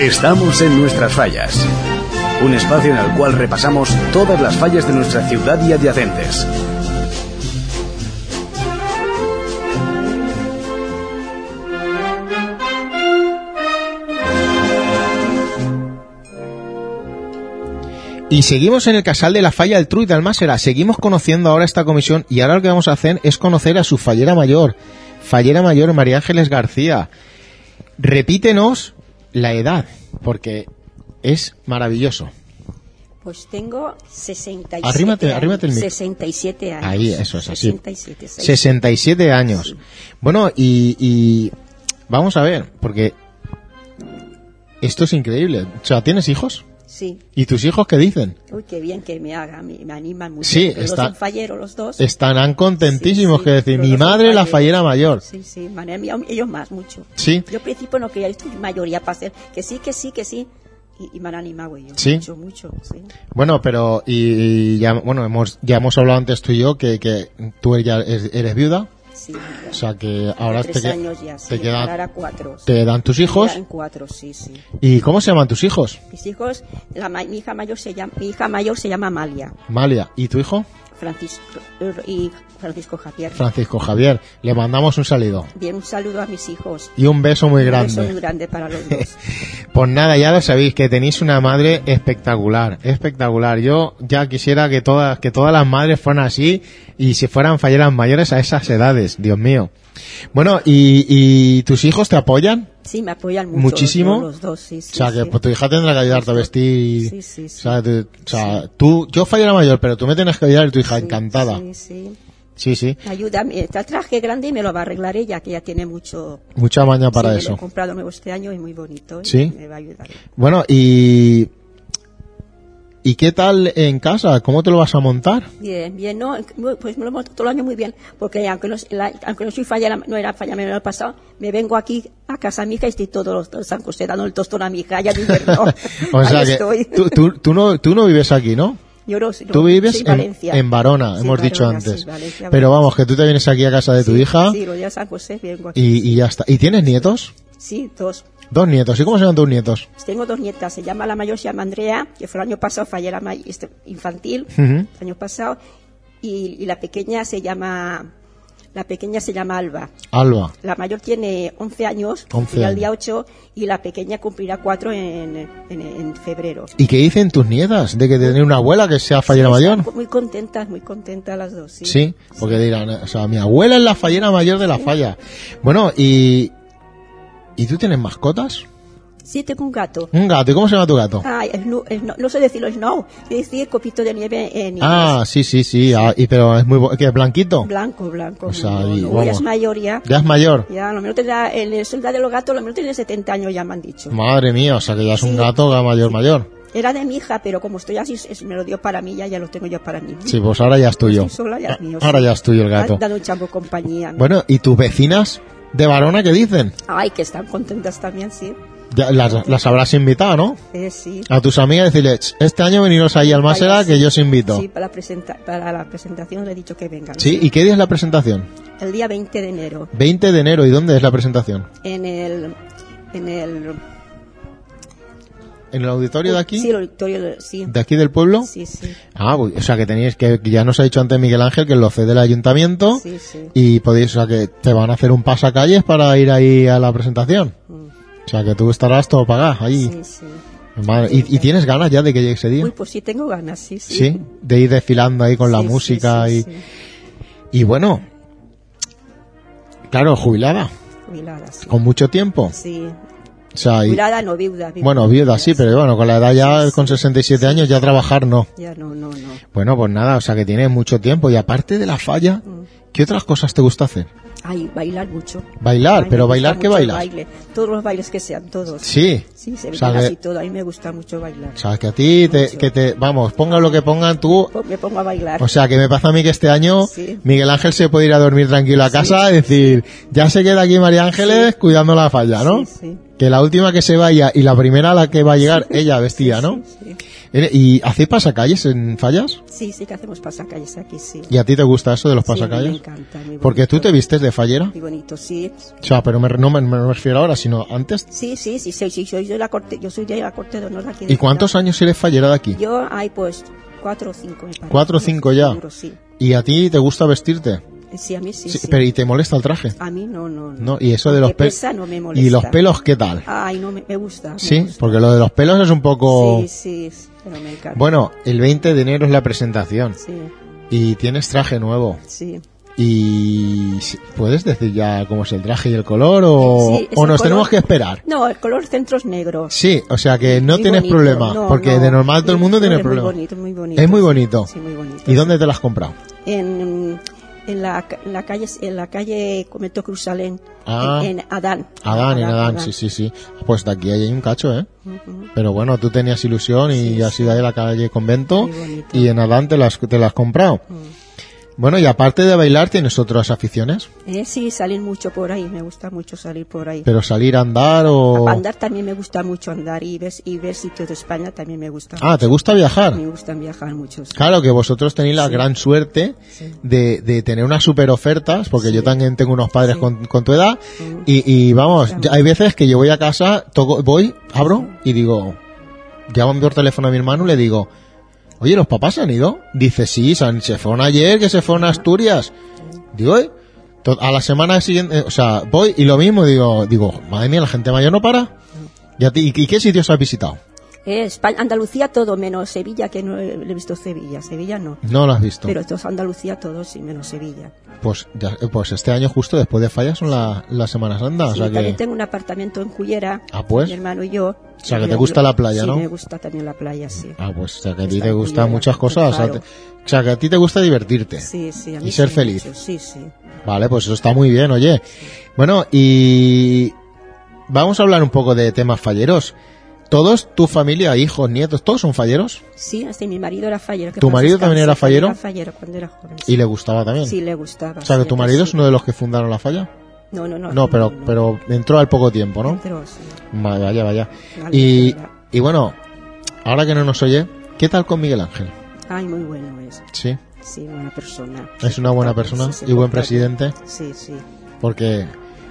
Speaker 5: Estamos en nuestras fallas. Un espacio en el cual repasamos todas las fallas de nuestra ciudad y adyacentes.
Speaker 6: Y seguimos en el casal de la falla del Truy de Almásera. Seguimos conociendo ahora esta comisión y ahora lo que vamos a hacer es conocer a su fallera mayor. Fallera mayor María Ángeles García. Repítenos la edad, porque es maravilloso.
Speaker 8: Pues tengo 67
Speaker 6: Arrímate-
Speaker 8: años.
Speaker 6: arrímate el micro.
Speaker 8: 67 años.
Speaker 6: Ahí, eso es así.
Speaker 8: 67, seis.
Speaker 6: 67 años. Bueno, y, y vamos a ver, porque esto es increíble. O sea, ¿tienes hijos?
Speaker 8: Sí.
Speaker 6: ¿Y tus hijos qué dicen?
Speaker 8: Uy, qué bien que me haga, me, me animan mucho.
Speaker 6: Sí,
Speaker 8: Los dos
Speaker 6: está-
Speaker 8: son falleros, los dos.
Speaker 6: Estarán contentísimos
Speaker 8: Sí, sí,
Speaker 6: que decir,
Speaker 8: los
Speaker 6: mi
Speaker 8: dos son
Speaker 6: madre la
Speaker 8: falleros.
Speaker 6: fallera mayor.
Speaker 8: Sí, sí, madre mía, ellos más, mucho.
Speaker 6: Sí.
Speaker 8: Yo al principio no quería, esto es mayoría para hacer, que sí, que sí, que sí. Y, y me han animado ellos.
Speaker 6: Sí.
Speaker 8: Mucho, mucho, sí.
Speaker 6: Bueno, pero y, y ya bueno hemos ya hemos hablado antes tú y yo que, que tú ya eres, eres viuda,
Speaker 8: sí
Speaker 6: o sea que ahora
Speaker 8: tres
Speaker 6: te, que-
Speaker 8: años ya, sí,
Speaker 6: te queda-
Speaker 8: ahora cuatro.
Speaker 6: te dan tus hijos.
Speaker 8: Me dan cuatro, sí, sí.
Speaker 6: ¿Y cómo se llaman tus hijos?
Speaker 8: Mis hijos, la, ma- mi, hija mayor se llama, mi hija mayor se llama Amalia
Speaker 6: Malia y tu hijo
Speaker 8: Francisco, y Francisco Javier.
Speaker 6: Francisco Javier. Le mandamos un saludo
Speaker 8: Bien, un saludo a mis hijos.
Speaker 6: y un beso muy
Speaker 8: Un beso muy
Speaker 6: grande.
Speaker 8: grande para los dos.
Speaker 6: Pues nada, ya lo sabéis que tenéis una madre espectacular, espectacular. Yo ya quisiera que todas que todas las madres fueran así y si fueran falleras mayores a esas edades, Dios mío. Bueno, y, y tus hijos te apoyan?
Speaker 8: Sí, me apoyan mucho.
Speaker 6: ¿Muchísimo?
Speaker 8: Los dos, sí, sí.
Speaker 6: O sea, que
Speaker 8: sí.
Speaker 6: pues, tu hija tendrá que ayudarte a vestir.
Speaker 8: Sí, sí, sí.
Speaker 6: O sea, te- o sea, tú, yo fallé la mayor, pero tú me tienes que ayudar y tu hija,
Speaker 8: Sí,
Speaker 6: encantada.
Speaker 8: Sí, sí.
Speaker 6: Sí, sí.
Speaker 8: Ayúdame, este traje grande y me lo va a arreglar ella, que ya tiene mucho.
Speaker 6: Mucha maña para
Speaker 8: Sí, me Lo
Speaker 6: eso.
Speaker 8: he comprado nuevo este año y muy bonito. y
Speaker 6: Sí.
Speaker 8: Me va a ayudar.
Speaker 6: Bueno, y. ¿Y qué tal en casa? ¿Cómo te lo vas a montar?
Speaker 8: Bien, bien, no, muy- pues me lo he montado todo el año muy bien, porque aunque no, la- aunque no soy fallera, no era falla en el pasado, me vengo aquí a casa mija y estoy todos los, los San José dando el tostón a mi
Speaker 6: (laughs)
Speaker 8: hija, ya digo, no,
Speaker 6: o sea,
Speaker 8: ahí
Speaker 6: que
Speaker 8: estoy.
Speaker 6: tú,
Speaker 8: (laughs)
Speaker 6: tú- tú no, tú no vives aquí, ¿no?
Speaker 8: Yo no-
Speaker 6: Tú
Speaker 8: no,
Speaker 6: vives
Speaker 8: soy
Speaker 6: en,
Speaker 8: Valencia.
Speaker 6: en Varona,
Speaker 8: Sí,
Speaker 6: hemos dicho
Speaker 8: Varona,
Speaker 6: antes.
Speaker 8: sí, Valencia,
Speaker 6: pero
Speaker 8: Valencia.
Speaker 6: vamos, que tú te vienes aquí a casa de tu
Speaker 8: Sí,
Speaker 6: hija
Speaker 8: Sí, lo de San José, eh, vengo aquí.
Speaker 6: y, y ya está. ¿Y tienes nietos?
Speaker 8: Sí, dos. Pues
Speaker 6: Dos nietos. ¿Y cómo se llaman tus nietos?
Speaker 8: Tengo dos nietas, se llama la mayor, se llama Andrea, que fue el año pasado fallera may- este, infantil,
Speaker 6: Ujú.
Speaker 8: el año pasado, y, y la pequeña se llama, la pequeña se llama Alba.
Speaker 6: Alba.
Speaker 8: La mayor tiene 11 años,
Speaker 6: 11
Speaker 8: cumplirá el día
Speaker 6: años.
Speaker 8: 8 y la pequeña cumplirá 4 en, en- en febrero.
Speaker 6: ¿Y qué dicen tus nietas de que tener una abuela que sea fallera mayor?
Speaker 8: Muy contentas, muy contentas las dos, sí.
Speaker 6: Sí, porque dirán, o sea, mi abuela es la fallera mayor de la falla. Bueno, y. ¿Y tú tienes mascotas?
Speaker 8: Sí, tengo un gato.
Speaker 6: Un gato, ¿y cómo se llama tu gato?
Speaker 8: Ay, el nu- el no, no sé decirlo, es no, decir copito de nieve en inglés.
Speaker 6: Ah, sí, sí, sí, ah, y, pero es muy. bo- ¿Qué es blanquito?
Speaker 8: Blanco, blanco.
Speaker 6: O sea,
Speaker 8: no,
Speaker 6: y
Speaker 8: no,
Speaker 6: Pues vamos.
Speaker 8: ya es mayoría.
Speaker 6: Ya es mayor.
Speaker 8: Ya, a lo menos tendrá, en el soldado de los gatos, a lo menos tiene 70 años, ya me han dicho.
Speaker 6: Madre mía, o sea que ya es un
Speaker 8: Sí.
Speaker 6: gato ga- mayor, mayor.
Speaker 8: Era de mi hija, pero como estoy así, es- me lo dio para mí, ya, ya lo tengo yo para mí.
Speaker 6: Sí, pues ahora ya es tuyo.
Speaker 8: Estoy sola, ya es mío,
Speaker 6: Ah, Ahora
Speaker 8: sí. Ah,
Speaker 6: ya es tuyo el gato.
Speaker 8: Dando un chambo compañía.
Speaker 6: Bueno, ¿y tus vecinas de Varona qué dicen?
Speaker 8: Ay, que están contentas también, sí.
Speaker 6: Ya las, las habrás invitado, ¿no?
Speaker 8: Eh, sí.
Speaker 6: A tus amigas decirle, "Ch, este año veniros ahí al Másera que yo os invito.
Speaker 8: Sí, para, presenta para la presentación le he dicho que vengan.
Speaker 6: Sí, ¿y qué día es la presentación?
Speaker 8: El día 20 de enero,
Speaker 6: 20 de enero, ¿y dónde es la presentación?
Speaker 8: en el... En el
Speaker 6: ¿En el auditorio de aquí?
Speaker 8: Sí, el auditorio, sí.
Speaker 6: ¿De aquí del pueblo?
Speaker 8: Sí, sí.
Speaker 6: Ah, pues, o sea que tenéis que, que ya nos ha dicho antes Miguel Ángel que lo cede el ayuntamiento
Speaker 8: Sí, sí.
Speaker 6: y podéis, o sea que te van a hacer un pasacalles para ir ahí a la presentación.
Speaker 8: Mm,
Speaker 6: O sea que tú estarás todo pagado ahí.
Speaker 8: Sí, sí.
Speaker 6: Madre, ¿y, y tienes ganas ya de que llegue ese día?
Speaker 8: Uy, pues sí, tengo ganas, sí, sí.
Speaker 6: sí, de ir desfilando ahí con la
Speaker 8: Sí, sí,
Speaker 6: música
Speaker 8: sí,
Speaker 6: y,
Speaker 8: sí.
Speaker 6: y bueno, claro, jubilada,
Speaker 8: Jubilada, sí.
Speaker 6: con mucho tiempo.
Speaker 8: Sí,
Speaker 6: O sea, y-
Speaker 8: Cuidada, no viuda. viuda.
Speaker 6: bueno, viuda sí, pero bueno, con la edad ya, con 67 años, ya trabajar no.
Speaker 8: Ya, no, no, no.
Speaker 6: Bueno, pues nada, o sea que tienes mucho tiempo. Y aparte de la falla,
Speaker 8: Mm.
Speaker 6: ¿qué otras cosas te gusta hacer?
Speaker 8: Ay, bailar mucho.
Speaker 6: Bailar,
Speaker 8: Ay,
Speaker 6: pero
Speaker 8: me gusta
Speaker 6: bailar, ¿qué
Speaker 8: mucho el
Speaker 6: bailas?
Speaker 8: baile. Todos los bailes que sean, todos.
Speaker 6: Sí.
Speaker 8: Sí, se
Speaker 6: O
Speaker 8: ve
Speaker 6: sea, que-
Speaker 8: así todo. A mí me gusta mucho bailar.
Speaker 6: O sea, que a ti, te, que te, vamos, ponga lo que pongan tú.
Speaker 8: Po- Me pongo a bailar.
Speaker 6: O sea, que me pasa a mí que este año
Speaker 8: Sí.
Speaker 6: Miguel Ángel se puede ir a dormir tranquilo a casa y decir, ya se queda aquí María Ángeles cuidando la falla, ¿no?
Speaker 8: Sí, sí.
Speaker 6: Que la última que se vaya y la primera a la que va a llegar, ella vestida, ¿no?
Speaker 8: Sí,
Speaker 6: Eh, ¿Y hacéis pasacalles en fallas?
Speaker 8: sí, sí que hacemos pasacalles aquí, sí.
Speaker 6: ¿Y a ti te gusta eso de los
Speaker 8: Sí,
Speaker 6: pasacalles?
Speaker 8: me encanta, muy
Speaker 6: Porque tú
Speaker 8: bonito.
Speaker 6: te vistes de fallera.
Speaker 8: Muy bonito, sí.
Speaker 6: O sea, pero me- no me, me refiero ahora, sino antes.
Speaker 8: Sí, sí, sí, sí, sí, soy de la corte, yo soy de la corte de honor aquí. de
Speaker 6: ¿Y cuántos
Speaker 8: Granada.
Speaker 6: años eres fallera de aquí?
Speaker 8: Yo, hay pues cuatro o cinco, me parece.
Speaker 6: Cuatro o cinco ya.
Speaker 8: Seguro, sí.
Speaker 6: ¿Y a ti te gusta vestirte?
Speaker 8: Sí, a mí sí,
Speaker 6: Sí,
Speaker 8: sí.
Speaker 6: Pero ¿y te molesta el traje?
Speaker 8: A mí no, no, no.
Speaker 6: ¿No? Y eso de los
Speaker 8: Me
Speaker 6: pe-
Speaker 8: pesa, no me
Speaker 6: ¿Y
Speaker 8: molesta.
Speaker 6: los pelos qué tal?
Speaker 8: Ay, no, me, me gusta. me
Speaker 6: Sí,
Speaker 8: gusta.
Speaker 6: porque lo de los pelos es un poco...
Speaker 8: Sí, sí, sí, pero me encanta.
Speaker 6: Bueno, el 20 de enero es la presentación
Speaker 8: Sí,
Speaker 6: y tienes traje nuevo.
Speaker 8: sí.
Speaker 6: ¿Y si- puedes decir ya cómo es el traje y el color o,
Speaker 8: Sí, es
Speaker 6: o
Speaker 8: el
Speaker 6: nos
Speaker 8: color-
Speaker 6: tenemos que esperar?
Speaker 8: No, el color centro es negro.
Speaker 6: Sí, o sea que no
Speaker 8: Muy
Speaker 6: tienes
Speaker 8: bonito,
Speaker 6: problema,
Speaker 8: no,
Speaker 6: porque
Speaker 8: no.
Speaker 6: de normal todo el mundo
Speaker 8: No,
Speaker 6: tiene
Speaker 8: es
Speaker 6: problema.
Speaker 8: Muy bonito, muy bonito.
Speaker 6: Es muy bonito.
Speaker 8: Sí, muy bonito.
Speaker 6: ¿Y dónde te lo has comprado?
Speaker 8: En, en la, ca- en la calle, en la calle Comento Cruzalén.
Speaker 6: Ah.
Speaker 8: En, en Adán.
Speaker 6: Adán, en Adán, sí, sí, sí. Pues de aquí ahí hay un cacho, ¿eh? Pero bueno, tú tenías ilusión y has ido ahí a la calle convento
Speaker 8: Muy bonito. Mm.
Speaker 6: y en Adán te las, te las has comprado. Bueno, y aparte de bailar, tienes otras aficiones,
Speaker 8: Eh, sí, salir mucho por ahí, me gusta mucho salir por ahí.
Speaker 6: pero salir a andar o...
Speaker 8: Andar también me gusta mucho andar y ver, y ver sitios de España también me gusta.
Speaker 6: Ah, ¿te gusta viajar?
Speaker 8: Me gustan viajar mucho. sí.
Speaker 6: Claro que vosotros tenéis la gran suerte de, de tener unas super ofertas, porque yo también tengo unos padres con, con tu edad, y, y vamos, ya hay veces que yo voy a casa, toco, voy, abro y digo, llamo por teléfono a mi hermano y le digo, oye, ¿los papás se han ido? Dice, sí, se, han- se fueron ayer, que se fueron a Asturias. Digo, "Eh". To- a la semana siguiente, eh, o sea, voy y lo mismo, digo, digo, madre mía, la gente mayor no para. ¿Y, a ti- y- y qué sitios has visitado?
Speaker 8: Eh, Espa- Andalucía todo, menos Sevilla, que no he, he visto Sevilla. Sevilla no.
Speaker 6: No lo has visto.
Speaker 8: Pero esto es Andalucía todo, sí, menos Sevilla.
Speaker 6: Pues, ya- eh, pues este año justo después de fallas son la- las Semanas Santa.
Speaker 8: Sí,
Speaker 6: o sea
Speaker 8: también
Speaker 6: que,
Speaker 8: tengo un apartamento en Cullera.
Speaker 6: Ah, pues.
Speaker 8: Mi hermano y yo. O
Speaker 6: sea, que te gusta la playa,
Speaker 8: sí,
Speaker 6: ¿no?
Speaker 8: me gusta también la playa, sí.
Speaker 6: ah, pues, o sea, que a ti
Speaker 8: Está
Speaker 6: te
Speaker 8: en
Speaker 6: gustan
Speaker 8: Cullera,
Speaker 6: muchas cosas. O sea,
Speaker 8: claro.
Speaker 6: te- o sea, que a ti te gusta divertirte.
Speaker 8: Sí, sí. a
Speaker 6: Y
Speaker 8: mí
Speaker 6: ser
Speaker 8: sí,
Speaker 6: feliz.
Speaker 8: mucho, Sí, sí.
Speaker 6: Vale, pues eso está muy bien, oye. Bueno, y vamos a hablar un poco de temas falleros. Todos, tu familia, hijos, nietos, todos son falleros
Speaker 8: Sí, así mi marido era fallero. que
Speaker 6: ¿Tu
Speaker 8: paz
Speaker 6: marido también
Speaker 8: descanse,
Speaker 6: era fallero?
Speaker 8: Era fallero cuando era joven.
Speaker 6: y le gustaba también.
Speaker 8: Sí, le gustaba.
Speaker 6: o sea, que tu marido es uno de los que fundaron la falla.
Speaker 8: No, no, no.
Speaker 6: No, pero,
Speaker 8: no, no.
Speaker 6: pero entró al poco tiempo, ¿no?
Speaker 8: Entró, sí.
Speaker 6: Ma- Vaya, vaya.
Speaker 8: Vale,
Speaker 6: Y,
Speaker 8: vale.
Speaker 6: y bueno, ahora que no nos oye, ¿qué tal con Miguel Ángel?
Speaker 8: Ay, muy bueno es.
Speaker 6: Sí.
Speaker 8: Sí, buena persona.
Speaker 6: Es una buena persona
Speaker 8: Sí, sí,
Speaker 6: y buen
Speaker 8: porta bien.
Speaker 6: presidente,
Speaker 8: Sí, sí.
Speaker 6: porque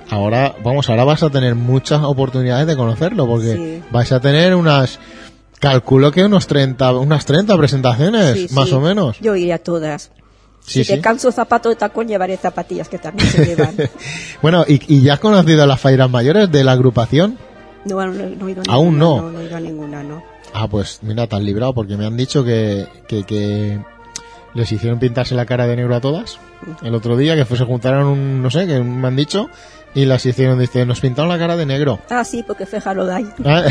Speaker 6: ahora, vamos, ahora vas a tener muchas oportunidades de conocerlo, porque
Speaker 8: Sí.
Speaker 6: vais a tener unas, calculo que unos 30, unas 30 presentaciones,
Speaker 8: Sí,
Speaker 6: más
Speaker 8: sí.
Speaker 6: o menos.
Speaker 8: Yo iré a todas.
Speaker 6: Sí,
Speaker 8: si te
Speaker 6: sí.
Speaker 8: canso zapato de tacón, llevaré zapatillas que también se
Speaker 6: (laughs)
Speaker 8: llevan.
Speaker 6: Bueno, ¿y, y ya has conocido a las fairas mayores de la agrupación?
Speaker 8: No, no, no he ido a
Speaker 6: Aún
Speaker 8: ninguna,
Speaker 6: no.
Speaker 8: No, he ido a ninguna, no.
Speaker 6: Ah, pues mira, tan librado, porque me han dicho que, que, que les hicieron pintarse la cara de negro a todas el otro día, que fue- se juntaron, un, no sé, que me han dicho, y las hicieron, dice, nos pintaron la cara de negro.
Speaker 8: Ah, sí, porque fue Halloween.
Speaker 6: Ah.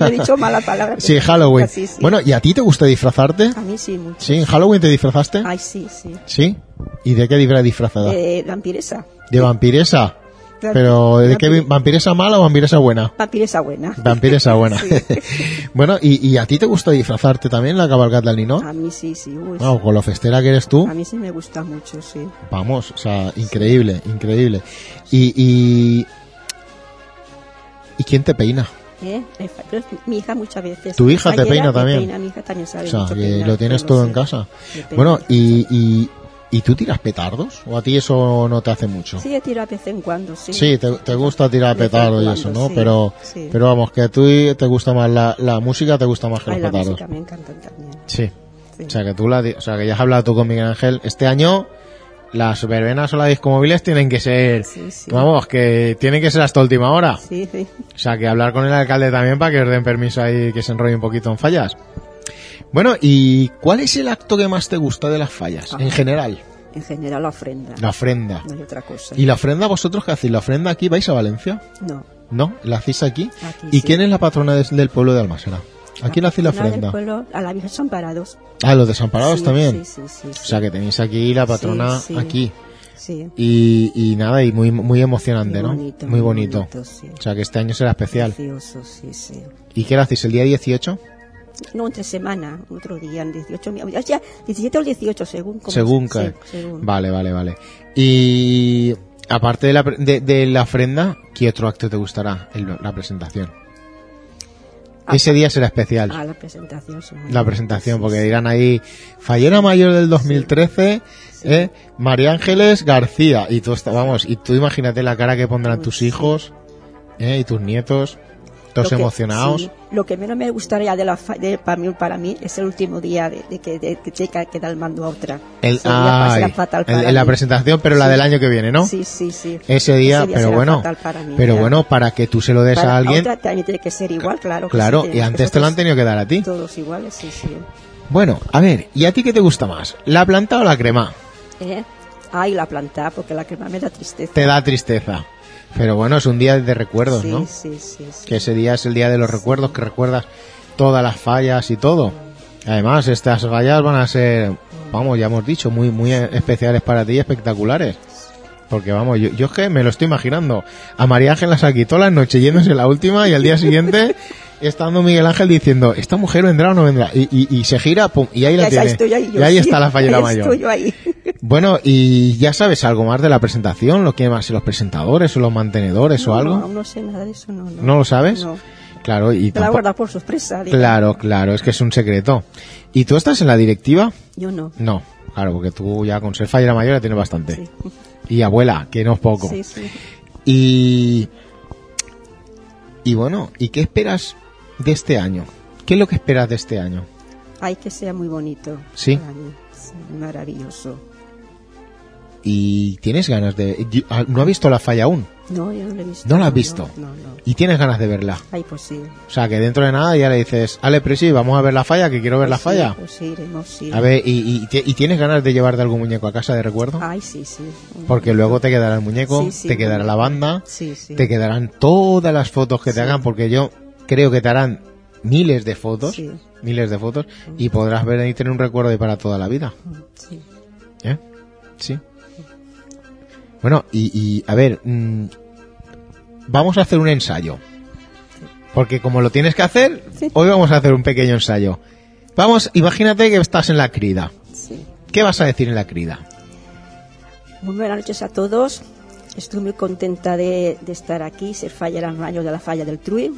Speaker 8: Le he dicho mala palabra.
Speaker 6: Sí,
Speaker 8: pero-
Speaker 6: Halloween.
Speaker 8: Ah, sí, sí.
Speaker 6: Bueno, ¿y a ti te gusta disfrazarte?
Speaker 8: A mí sí, mucho.
Speaker 6: Sí, ¿en Halloween te disfrazaste?
Speaker 8: Ay, sí, sí.
Speaker 6: Sí. ¿Y de qué disfra- disfrazada?
Speaker 8: Eh, vampiresa.
Speaker 6: de vampiresa.
Speaker 8: Vampi-
Speaker 6: Pero, ¿de qué vi-
Speaker 8: vampire-
Speaker 6: vampiresa mala o vampiresa buena?
Speaker 8: Vampiresa buena.
Speaker 6: Vampiresa buena.
Speaker 8: Sí.
Speaker 6: (laughs) bueno, ¿y, y a ti te gusta disfrazarte también la cabalgata del Nino?
Speaker 8: A mí sí, sí. uy, sí.
Speaker 6: Wow, con lo festera que eres tú,
Speaker 8: A mí sí me gusta mucho, sí.
Speaker 6: vamos, o sea, increíble, increíble. Y, y... ¿Y quién te peina?
Speaker 8: ¿Eh? Eh, fa- pero Mi hija muchas veces.
Speaker 6: ¿Tu hija te
Speaker 8: Fallera,
Speaker 6: peina
Speaker 8: me
Speaker 6: también?
Speaker 8: mi hija también sabe
Speaker 6: O sea,
Speaker 8: mucho
Speaker 6: que
Speaker 8: peinar,
Speaker 6: lo tienes
Speaker 8: yo
Speaker 6: todo
Speaker 8: sé.
Speaker 6: en casa.
Speaker 8: Me peina.
Speaker 6: Bueno, y, y, ¿y tú tiras petardos? ¿O a ti eso no te hace mucho?
Speaker 8: Sí, tiro de vez en cuando, sí.
Speaker 6: Sí, te, te gusta tirar
Speaker 8: De vez en
Speaker 6: petardos y eso,
Speaker 8: cuando,
Speaker 6: ¿no?
Speaker 8: sí,
Speaker 6: pero,
Speaker 8: sí.
Speaker 6: pero vamos, que a tú te gusta más la, la música, te gusta más que
Speaker 8: Ay,
Speaker 6: los
Speaker 8: la
Speaker 6: petardos.
Speaker 8: música me encanta también.
Speaker 6: Sí.
Speaker 8: Sí.
Speaker 6: O sea, que tú la, di- o sea, que ya has hablado tú con Miguel Ángel. Este año, las verbenas o las discomóviles tienen que ser,
Speaker 8: Sí, sí.
Speaker 6: vamos, que tienen que ser hasta última hora.
Speaker 8: Sí, sí.
Speaker 6: O sea, que hablar con el alcalde también para que os den permiso ahí que se enrolle un poquito en fallas. Bueno, ¿y cuál es el acto que más te gusta de las fallas?
Speaker 8: Ah.
Speaker 6: En general,
Speaker 8: En general, la ofrenda.
Speaker 6: la ofrenda.
Speaker 8: No hay otra cosa.
Speaker 6: ¿Y la ofrenda vosotros qué hacéis? ¿La ofrenda aquí vais a Valencia?
Speaker 8: No.
Speaker 6: No, la hacéis aquí.
Speaker 8: Aquí,
Speaker 6: ¿Y
Speaker 8: sí.
Speaker 6: quién es la patrona de- del pueblo de Almasera? ¿A quién le hacéis la
Speaker 8: Una del
Speaker 6: ofrenda?
Speaker 8: pueblo, a la Virgen son parados.
Speaker 6: Ah, los desamparados
Speaker 8: Sí,
Speaker 6: también.
Speaker 8: Sí, sí, sí, sí.
Speaker 6: O sea que tenéis aquí la patrona
Speaker 8: Sí, sí.
Speaker 6: aquí.
Speaker 8: Sí.
Speaker 6: Y, y nada, y muy, muy emocionante,
Speaker 8: Muy
Speaker 6: ¿no?
Speaker 8: bonito,
Speaker 6: muy
Speaker 8: muy
Speaker 6: bonito.
Speaker 8: bonito, sí.
Speaker 6: O sea que este año será especial.
Speaker 8: Precioso, sí, sí.
Speaker 6: ¿Y qué le hacéis? ¿El día 18?
Speaker 8: No, entre semana, otro día, el 18, o sea, 17 o el 18, según como
Speaker 6: según
Speaker 8: sea,
Speaker 6: cae.
Speaker 8: sí, según.
Speaker 6: Vale, vale, vale. Y aparte de la, pre- de, de la ofrenda, ¿qué otro acto te gustará? El- la presentación.
Speaker 8: Ah,
Speaker 6: Ese día será especial.
Speaker 8: Ah, la presentación. sí.
Speaker 6: la presentación,
Speaker 8: Sí,
Speaker 6: porque
Speaker 8: sí.
Speaker 6: dirán ahí, Fallera Mayor del 2013, ¿eh? María Ángeles García. Y tú, está- vamos, y tú imagínate la cara que pondrán tus hijos ¿eh? y tus nietos, todos
Speaker 8: Lo que-
Speaker 6: emocionados.
Speaker 8: sí, lo que menos me gustaría de la fa- de- para, mí, para mí es el último día de, de que de, que tenga que dar el mando a otra.
Speaker 6: El-
Speaker 8: Sería-
Speaker 6: ay,
Speaker 8: será fatal
Speaker 6: el-
Speaker 8: para
Speaker 6: la
Speaker 8: mí.
Speaker 6: presentación, pero la
Speaker 8: Sí.
Speaker 6: del año que viene, ¿no?
Speaker 8: Sí, sí, sí.
Speaker 6: Ese día, pero
Speaker 8: será
Speaker 6: bueno,
Speaker 8: fatal para mí,
Speaker 6: pero
Speaker 8: ya.
Speaker 6: bueno, para que tú se lo des
Speaker 8: Para-
Speaker 6: a alguien,
Speaker 8: otra también tiene que ser igual, claro. que
Speaker 6: claro,
Speaker 8: sí,
Speaker 6: y
Speaker 8: tiene que
Speaker 6: antes
Speaker 8: ser
Speaker 6: te lo han
Speaker 8: todos-
Speaker 6: tenido que dar a ti.
Speaker 8: Todos iguales, sí, sí.
Speaker 6: Bueno, a ver, ¿y a ti qué te gusta más? ¿La planta o la crema?
Speaker 8: ¿Eh? Ay, la planta, porque la crema me da tristeza.
Speaker 6: Te da tristeza. Pero bueno, es un día de recuerdos,
Speaker 8: sí,
Speaker 6: ¿no?
Speaker 8: sí, sí, sí.
Speaker 6: Que ese día es el día de los recuerdos, que recuerdas todas las fallas y todo. Además, estas fallas van a ser, vamos, ya hemos dicho, muy, muy especiales para ti y espectaculares. Porque vamos, yo, yo es que me lo estoy imaginando. A María Ángel la saquitó las noches yéndose la última y al día
Speaker 8: (laughs)
Speaker 6: siguiente estando Miguel Ángel diciendo, ¿esta mujer vendrá o no vendrá? Y, y- y se gira, pum, y ahí la
Speaker 8: Ya- ya
Speaker 6: tiene.
Speaker 8: estoy ahí, yo,
Speaker 6: y ahí
Speaker 8: sí,
Speaker 6: está la fallera
Speaker 8: ahí
Speaker 6: mayor.
Speaker 8: Estoy yo ahí.
Speaker 6: Bueno, y ya sabes algo más de la presentación, lo que más, si los presentadores o los mantenedores o
Speaker 8: No,
Speaker 6: algo.
Speaker 8: No, no sé nada de eso, no. ¿No,
Speaker 6: ¿No lo sabes?
Speaker 8: No.
Speaker 6: Claro, y
Speaker 8: Me la
Speaker 6: tampo-
Speaker 8: guardas por sorpresa. digo.
Speaker 6: Claro, claro, es que es un secreto. ¿Y tú estás en la directiva?
Speaker 8: Yo no.
Speaker 6: No, claro, porque tú ya con ser fallera mayor ya tienes bastante.
Speaker 8: Sí.
Speaker 6: Y abuela, que no es poco.
Speaker 8: Sí, sí.
Speaker 6: Y. Y bueno, ¿y qué esperas de este año? ¿Qué es lo que esperas de este año?
Speaker 8: Ay, que sea muy bonito.
Speaker 6: Sí.
Speaker 8: para mí. Sí, maravilloso.
Speaker 6: ¿Y tienes ganas de.? yo- ah, No ha visto la falla aún.
Speaker 8: No, yo no lo he visto.
Speaker 6: No la has visto.
Speaker 8: No, no.
Speaker 6: ¿Y tienes ganas de verla?
Speaker 8: Ay, pues sí.
Speaker 6: O sea, que dentro de nada ya le dices, Ale Presi, vamos a ver la falla, que quiero ver la
Speaker 8: Pues sí,
Speaker 6: falla.
Speaker 8: Pues sí, iremos, sí.
Speaker 6: A ver, ¿y, y, ti- y tienes ganas de llevarte algún muñeco a casa de recuerdo?
Speaker 8: Ay, sí, sí.
Speaker 6: Porque luego te quedará el muñeco,
Speaker 8: Sí, sí,
Speaker 6: te quedará la banda,
Speaker 8: Sí, sí.
Speaker 6: te quedarán todas las fotos que te
Speaker 8: Sí.
Speaker 6: hagan, porque yo creo que te harán miles de fotos,
Speaker 8: Sí.
Speaker 6: miles de fotos, y podrás ver y tener un recuerdo de para toda la vida.
Speaker 8: Sí.
Speaker 6: ¿Eh? Sí. Bueno, y, y, a ver, mm, vamos a hacer un ensayo. Porque como lo tienes que hacer,
Speaker 8: Sí.
Speaker 6: hoy vamos a hacer un pequeño ensayo. Vamos, imagínate que estás en la crida.
Speaker 8: sí.
Speaker 6: ¿Qué vas a decir en la crida?
Speaker 8: Muy buenas noches a todos. Estoy muy contenta de, de estar aquí, ser fallera mayor de la falla del Trui.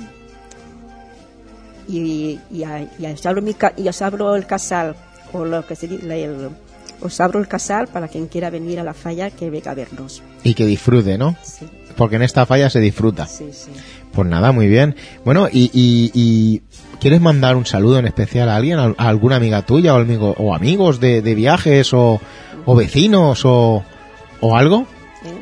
Speaker 8: Y, y, a- y a- os abro mi ca- y os abro el casal, o lo que se dice, el- os abro el casal para quien quiera venir a la falla que venga a vernos.
Speaker 6: Y que disfrute, ¿no?
Speaker 8: Sí,
Speaker 6: Porque en esta falla se disfruta.
Speaker 8: sí, sí.
Speaker 6: Pues nada, muy bien. Bueno, y, y- y ¿quieres mandar un saludo en especial a alguien? ¿A a alguna amiga tuya o, amigo, o amigos de, de viajes o, o vecinos o, o algo?
Speaker 8: ¿eh?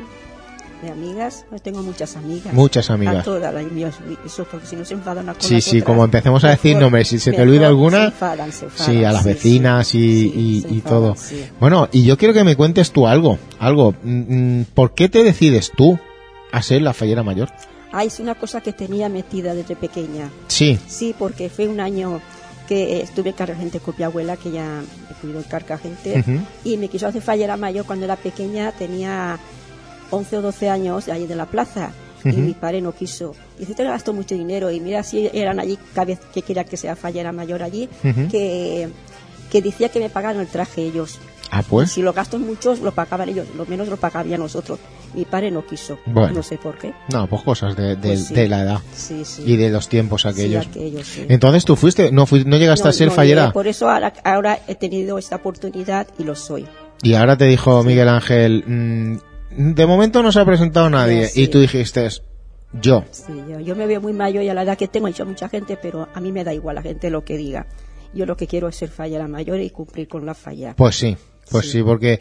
Speaker 8: De amigas, no tengo muchas amigas.
Speaker 6: Muchas amigas.
Speaker 8: A todas las mías, eso, porque si no se enfadan las
Speaker 6: Sí, sí, como empecemos a decir nombres, si se te olvida alguna,
Speaker 8: Se enfadan, se enfadan,
Speaker 6: sí, a las
Speaker 8: sí,
Speaker 6: vecinas
Speaker 8: sí.
Speaker 6: y,
Speaker 8: Sí,
Speaker 6: y-
Speaker 8: se
Speaker 6: y
Speaker 8: enfadan,
Speaker 6: todo.
Speaker 8: sí.
Speaker 6: Bueno, y yo quiero que me cuentes tú algo, algo. Mm, mm, ¿Por qué te decides tú a ser la fallera mayor?
Speaker 8: Ah, es una cosa que tenía metida desde pequeña.
Speaker 6: Sí,
Speaker 8: Sí, porque fue un año que eh, estuve cargagente con mi abuela, que ya me cuidó el carcagente,
Speaker 6: Ujú.
Speaker 8: y me quiso hacer fallera mayor cuando era pequeña, tenía 11 o 12 años ahí de la plaza, y
Speaker 6: Ujú.
Speaker 8: mi padre no quiso. Y dice, te gasto mucho dinero, y mira si eran allí, cada vez que quiera que sea fallera mayor allí,
Speaker 6: Ujú.
Speaker 8: que, que decía que me pagaron el traje ellos.
Speaker 6: ah, pues.
Speaker 8: Si los gastos muchos lo pagaban ellos, lo menos lo pagaban nosotros. Mi padre no quiso,
Speaker 6: Bueno.
Speaker 8: no sé por qué.
Speaker 6: No, pues cosas de, de-
Speaker 8: Pues sí.
Speaker 6: de la edad
Speaker 8: Sí, sí.
Speaker 6: y de los tiempos
Speaker 8: Sí,
Speaker 6: aquellos.
Speaker 8: aquellos, sí.
Speaker 6: Entonces tú fuiste, no, fui- no llegaste
Speaker 8: No,
Speaker 6: a ser
Speaker 8: no,
Speaker 6: fallera.
Speaker 8: mira, Por eso ahora, ahora he tenido esta oportunidad y lo soy.
Speaker 6: Y ahora te dijo Miguel Ángel, mm, de momento no se ha presentado nadie.
Speaker 8: No, sí.
Speaker 6: Y tú dijiste, yo.
Speaker 8: Sí, yo, yo me veo muy mayor y a la edad que tengo he hecho mucha gente, pero a mí me da igual la gente lo que diga. Yo lo que quiero es ser fallera mayor y cumplir con la falla.
Speaker 6: Pues sí, pues sí, porque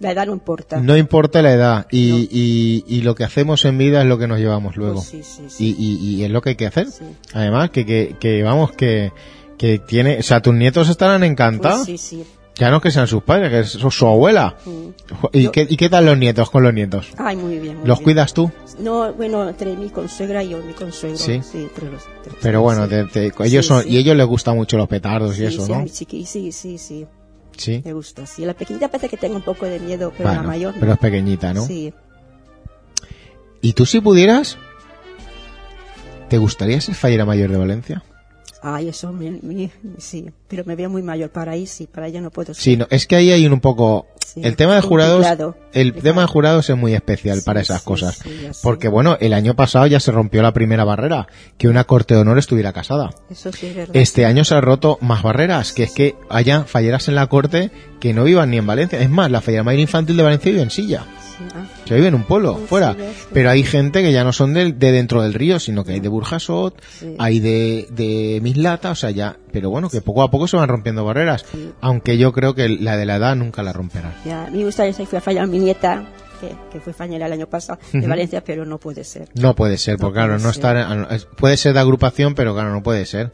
Speaker 8: La edad no importa.
Speaker 6: no importa la edad. Y, y- y lo que hacemos en vida es lo que nos llevamos luego.
Speaker 8: Pues sí, sí, sí.
Speaker 6: Y, y- y es lo que hay que hacer.
Speaker 8: Sí.
Speaker 6: Además, que, que, que, vamos, que, que tiene, o sea, tus nietos estarán
Speaker 8: Pues
Speaker 6: encantados.
Speaker 8: sí, sí.
Speaker 6: Ya no es que sean sus padres, que es su, su abuela. ¿Y,
Speaker 8: Mm. Yo-
Speaker 6: qué, ¿Y qué tal los nietos con los nietos?
Speaker 8: Ay, muy bien. muy
Speaker 6: ¿Los
Speaker 8: bien.
Speaker 6: cuidas tú?
Speaker 8: No, bueno, entre mi consuegra y yo, mi consuegro.
Speaker 6: Sí.
Speaker 8: Sí. entre los tres.
Speaker 6: Pero bueno,
Speaker 8: sí.
Speaker 6: te- te-
Speaker 8: Sí,
Speaker 6: ellos son,
Speaker 8: sí.
Speaker 6: y ellos les gustan mucho los petardos y
Speaker 8: Sí,
Speaker 6: eso,
Speaker 8: sí, a
Speaker 6: ¿no?
Speaker 8: mi chiqui- sí, sí, sí,
Speaker 6: Sí.
Speaker 8: me gusta. Sí, la pequeñita parece que tengo un poco de miedo, pero la
Speaker 6: Bueno,
Speaker 8: mayor...
Speaker 6: pero es pequeñita, ¿no?
Speaker 8: Sí.
Speaker 6: ¿Y tú si pudieras? ¿Te gustaría ser fallera mayor de Valencia?
Speaker 8: Ay, eso, mi, mi- sí. Pero me veo muy mayor para ir, sí, para ella no puedo.
Speaker 6: Sí, no, es que ahí hay un, un poco...
Speaker 8: Sí,
Speaker 6: el tema de jurados...
Speaker 8: complicado,
Speaker 6: El
Speaker 8: complicado.
Speaker 6: tema de jurados es muy especial
Speaker 8: Sí,
Speaker 6: para esas
Speaker 8: sí,
Speaker 6: cosas.
Speaker 8: sí, ya sé.
Speaker 6: porque bueno, el año pasado ya se rompió la primera barrera, que una corte de honor estuviera casada.
Speaker 8: Eso sí es verdad.
Speaker 6: Este año se han roto más barreras, que es que haya falleras en la corte que no vivan ni en Valencia. Es más, la fallera mayor infantil de Valencia vive en Silla.
Speaker 8: Sí, ah,
Speaker 6: Se vive en un pueblo,
Speaker 8: Sí,
Speaker 6: fuera.
Speaker 8: sí, ya sé.
Speaker 6: Pero hay gente que ya no son del- de, dentro del río, sino que hay de Burjasot,
Speaker 8: Sí.
Speaker 6: hay de, de Mislata, o sea, ya. Pero bueno, que poco a poco se van rompiendo barreras.
Speaker 8: Sí.
Speaker 6: Aunque yo creo que la de la edad nunca la romperán.
Speaker 8: ya, me gustaría ser fui a fallar a mi nieta, que, que fue fallera el año pasado de
Speaker 6: Ujú.
Speaker 8: Valencia, pero no puede ser.
Speaker 6: No puede ser, porque
Speaker 8: No
Speaker 6: claro,
Speaker 8: puede
Speaker 6: no
Speaker 8: ser.
Speaker 6: estar. en- es- Puede ser de agrupación, pero claro, no puede ser.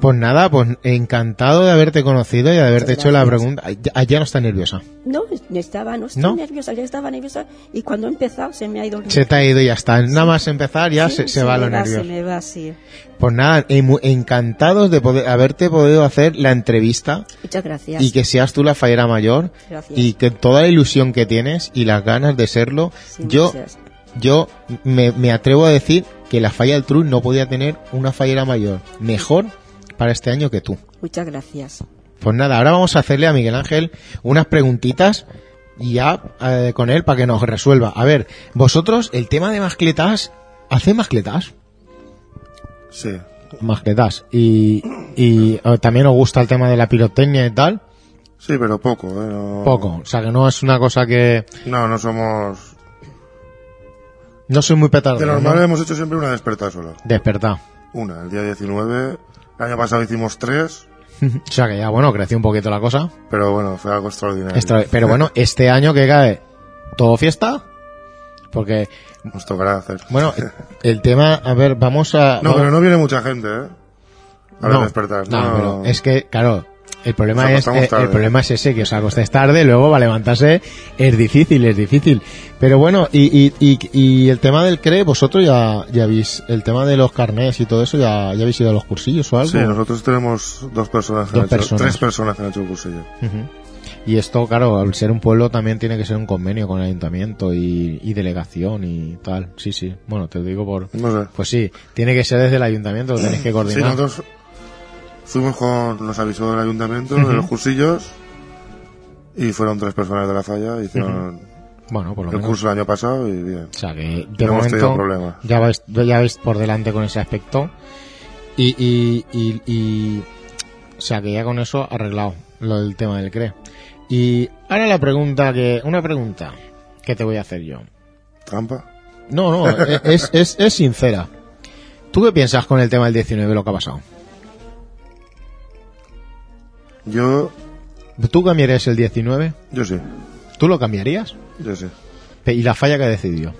Speaker 6: Pues nada, pues encantado de haberte conocido y de haberte
Speaker 8: Muchas
Speaker 6: hecho la
Speaker 8: gracias.
Speaker 6: pregunta. Ay, Ya, ya no está nerviosa.
Speaker 8: No, no estaba, no estaba
Speaker 6: ¿No?
Speaker 8: nerviosa, ya estaba nerviosa. Y cuando he empezado se me ha ido el
Speaker 6: Se te ha ido y ya está. Nada más empezar ya
Speaker 8: Sí,
Speaker 6: se, se va
Speaker 8: me
Speaker 6: los nervios.
Speaker 8: Se me va, sí.
Speaker 6: Pues nada, eh, mu- encantados de poder, haberte podido hacer la entrevista
Speaker 8: Muchas gracias.
Speaker 6: y que seas tú la fallera mayor
Speaker 8: Gracias.
Speaker 6: y que toda la ilusión que tienes y las ganas de serlo,
Speaker 8: Sí,
Speaker 6: yo,
Speaker 8: gracias.
Speaker 6: yo me, me atrevo a decir que la falla del True no podía tener una fallera mayor mejor para este año que tú.
Speaker 8: Muchas gracias.
Speaker 6: Pues nada, ahora vamos a hacerle a Miguel Ángel unas preguntitas y ya eh, con él para que nos resuelva. A ver, vosotros el tema de mascletas, ¿hacéis mascletas?
Speaker 7: Sí,
Speaker 6: Mascletas. Y, y eh, también os gusta el tema de la pirotecnia y tal.
Speaker 7: sí, pero poco, ¿eh? No,
Speaker 6: Poco. O sea que no es una cosa que...
Speaker 7: No, no somos...
Speaker 6: No soy muy petardo.
Speaker 7: De normal hemos hecho siempre una despertada sola.
Speaker 6: Despertad.
Speaker 7: Una, el día 19. El año pasado hicimos tres,
Speaker 6: o sea que ya, bueno, creció un poquito la cosa.
Speaker 7: pero bueno, fue algo extraordinario.
Speaker 6: Esto- pero bueno, este año que cae, ¿todo fiesta? Porque,
Speaker 7: (laughs) Nos tocará hacer.
Speaker 6: bueno, eh, el tema, a ver, vamos a...
Speaker 7: (laughs) No,
Speaker 6: vamos-
Speaker 7: pero no viene mucha gente, ¿eh? A
Speaker 6: No,
Speaker 7: las despertar.
Speaker 6: no,
Speaker 7: No,
Speaker 6: pero es que, claro, el
Speaker 7: Nos
Speaker 6: problema, es,
Speaker 7: acostamos
Speaker 6: eh, el
Speaker 7: tarde.
Speaker 6: problema es ese, que os acostáis tarde, luego va a levantarse, es difícil, es difícil. Pero bueno, y, y, y, y el tema del CRE, vosotros ya, ya habéis, el tema de los carnés y todo eso, ya, ya habéis ido a los cursillos o algo.
Speaker 7: Sí, nosotros tenemos dos personas,
Speaker 6: Dos
Speaker 7: en el cho-
Speaker 6: personas.
Speaker 7: tres personas en el Churcusillo.
Speaker 6: Ujú. Y esto, claro, al ser un pueblo también tiene que ser un convenio con el ayuntamiento y, y delegación y tal. Sí, sí. Bueno, te lo digo por...
Speaker 7: No sé.
Speaker 6: Pues sí, tiene que ser desde el ayuntamiento, lo tenéis que
Speaker 7: Sí,
Speaker 6: coordinar.
Speaker 7: nosotros fuimos con, nos avisó el ayuntamiento de los cursillos y fueron tres personas de la falla, hicieron
Speaker 6: Bueno, por lo
Speaker 7: el
Speaker 6: menos.
Speaker 7: curso el año pasado y bien.
Speaker 6: O sea que de
Speaker 7: No hemos
Speaker 6: momento
Speaker 7: tenido problemas.
Speaker 6: ya vais, ya vais por delante con ese aspecto. Y, y, y, y- o sea que ya con eso arreglado lo del tema del CRE. Y ahora la pregunta que, una pregunta que te voy a hacer yo.
Speaker 7: Trampa.
Speaker 6: No, no, e-, es, es, es sincera. ¿Tú qué piensas con el tema del 19, lo que ha pasado?
Speaker 7: Yo,
Speaker 6: ¿Tú cambiarías el 19?
Speaker 7: yo sí,
Speaker 6: ¿Tú lo cambiarías?
Speaker 7: yo sí.
Speaker 6: Pe- ¿Y la falla que decidió?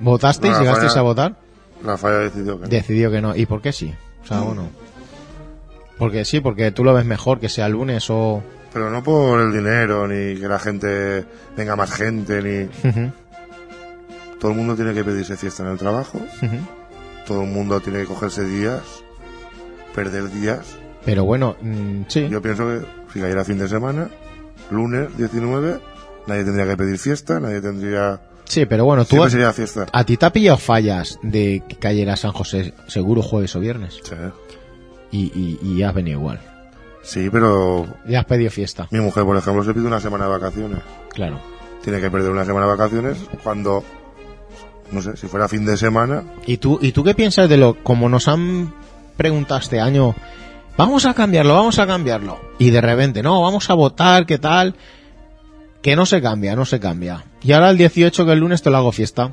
Speaker 6: ¿Votasteis?
Speaker 7: No, la
Speaker 6: ¿Llegasteis
Speaker 7: falla-
Speaker 6: a votar?
Speaker 7: La falla decidió que no.
Speaker 6: decidió que no. ¿Y por qué sí? O sea, bueno. Porque sí, porque tú lo ves mejor que sea el lunes o...
Speaker 7: Pero no por el dinero, ni que la gente venga más gente, ni... Todo el mundo tiene que pedirse fiesta en el trabajo, todo el mundo tiene que cogerse días, perder días.
Speaker 6: Pero bueno, mm, sí.
Speaker 7: Yo pienso que si cayera fin de semana, lunes 19, nadie tendría que pedir fiesta, nadie tendría...
Speaker 6: Sí, pero bueno, tú...
Speaker 7: Siempre
Speaker 6: has-
Speaker 7: sería fiesta.
Speaker 6: A ti te ha pillado fallas de que cayera San José seguro jueves o viernes.
Speaker 7: Sí.
Speaker 6: Y, y, y has venido igual.
Speaker 7: Sí, pero
Speaker 6: Y has pedido fiesta.
Speaker 7: mi mujer, por ejemplo, se pide una semana de vacaciones.
Speaker 6: Claro.
Speaker 7: Tiene que perder una semana de vacaciones cuando, no sé, si fuera fin de semana,
Speaker 6: ¿Y tú, ¿Y tú qué piensas de lo... Como nos han preguntado este año... Vamos a cambiarlo, vamos a cambiarlo. Y de repente, no, vamos a votar, ¿qué tal? Que no se cambia, no se cambia. Y ahora el 18, que el lunes, te lo hago fiesta.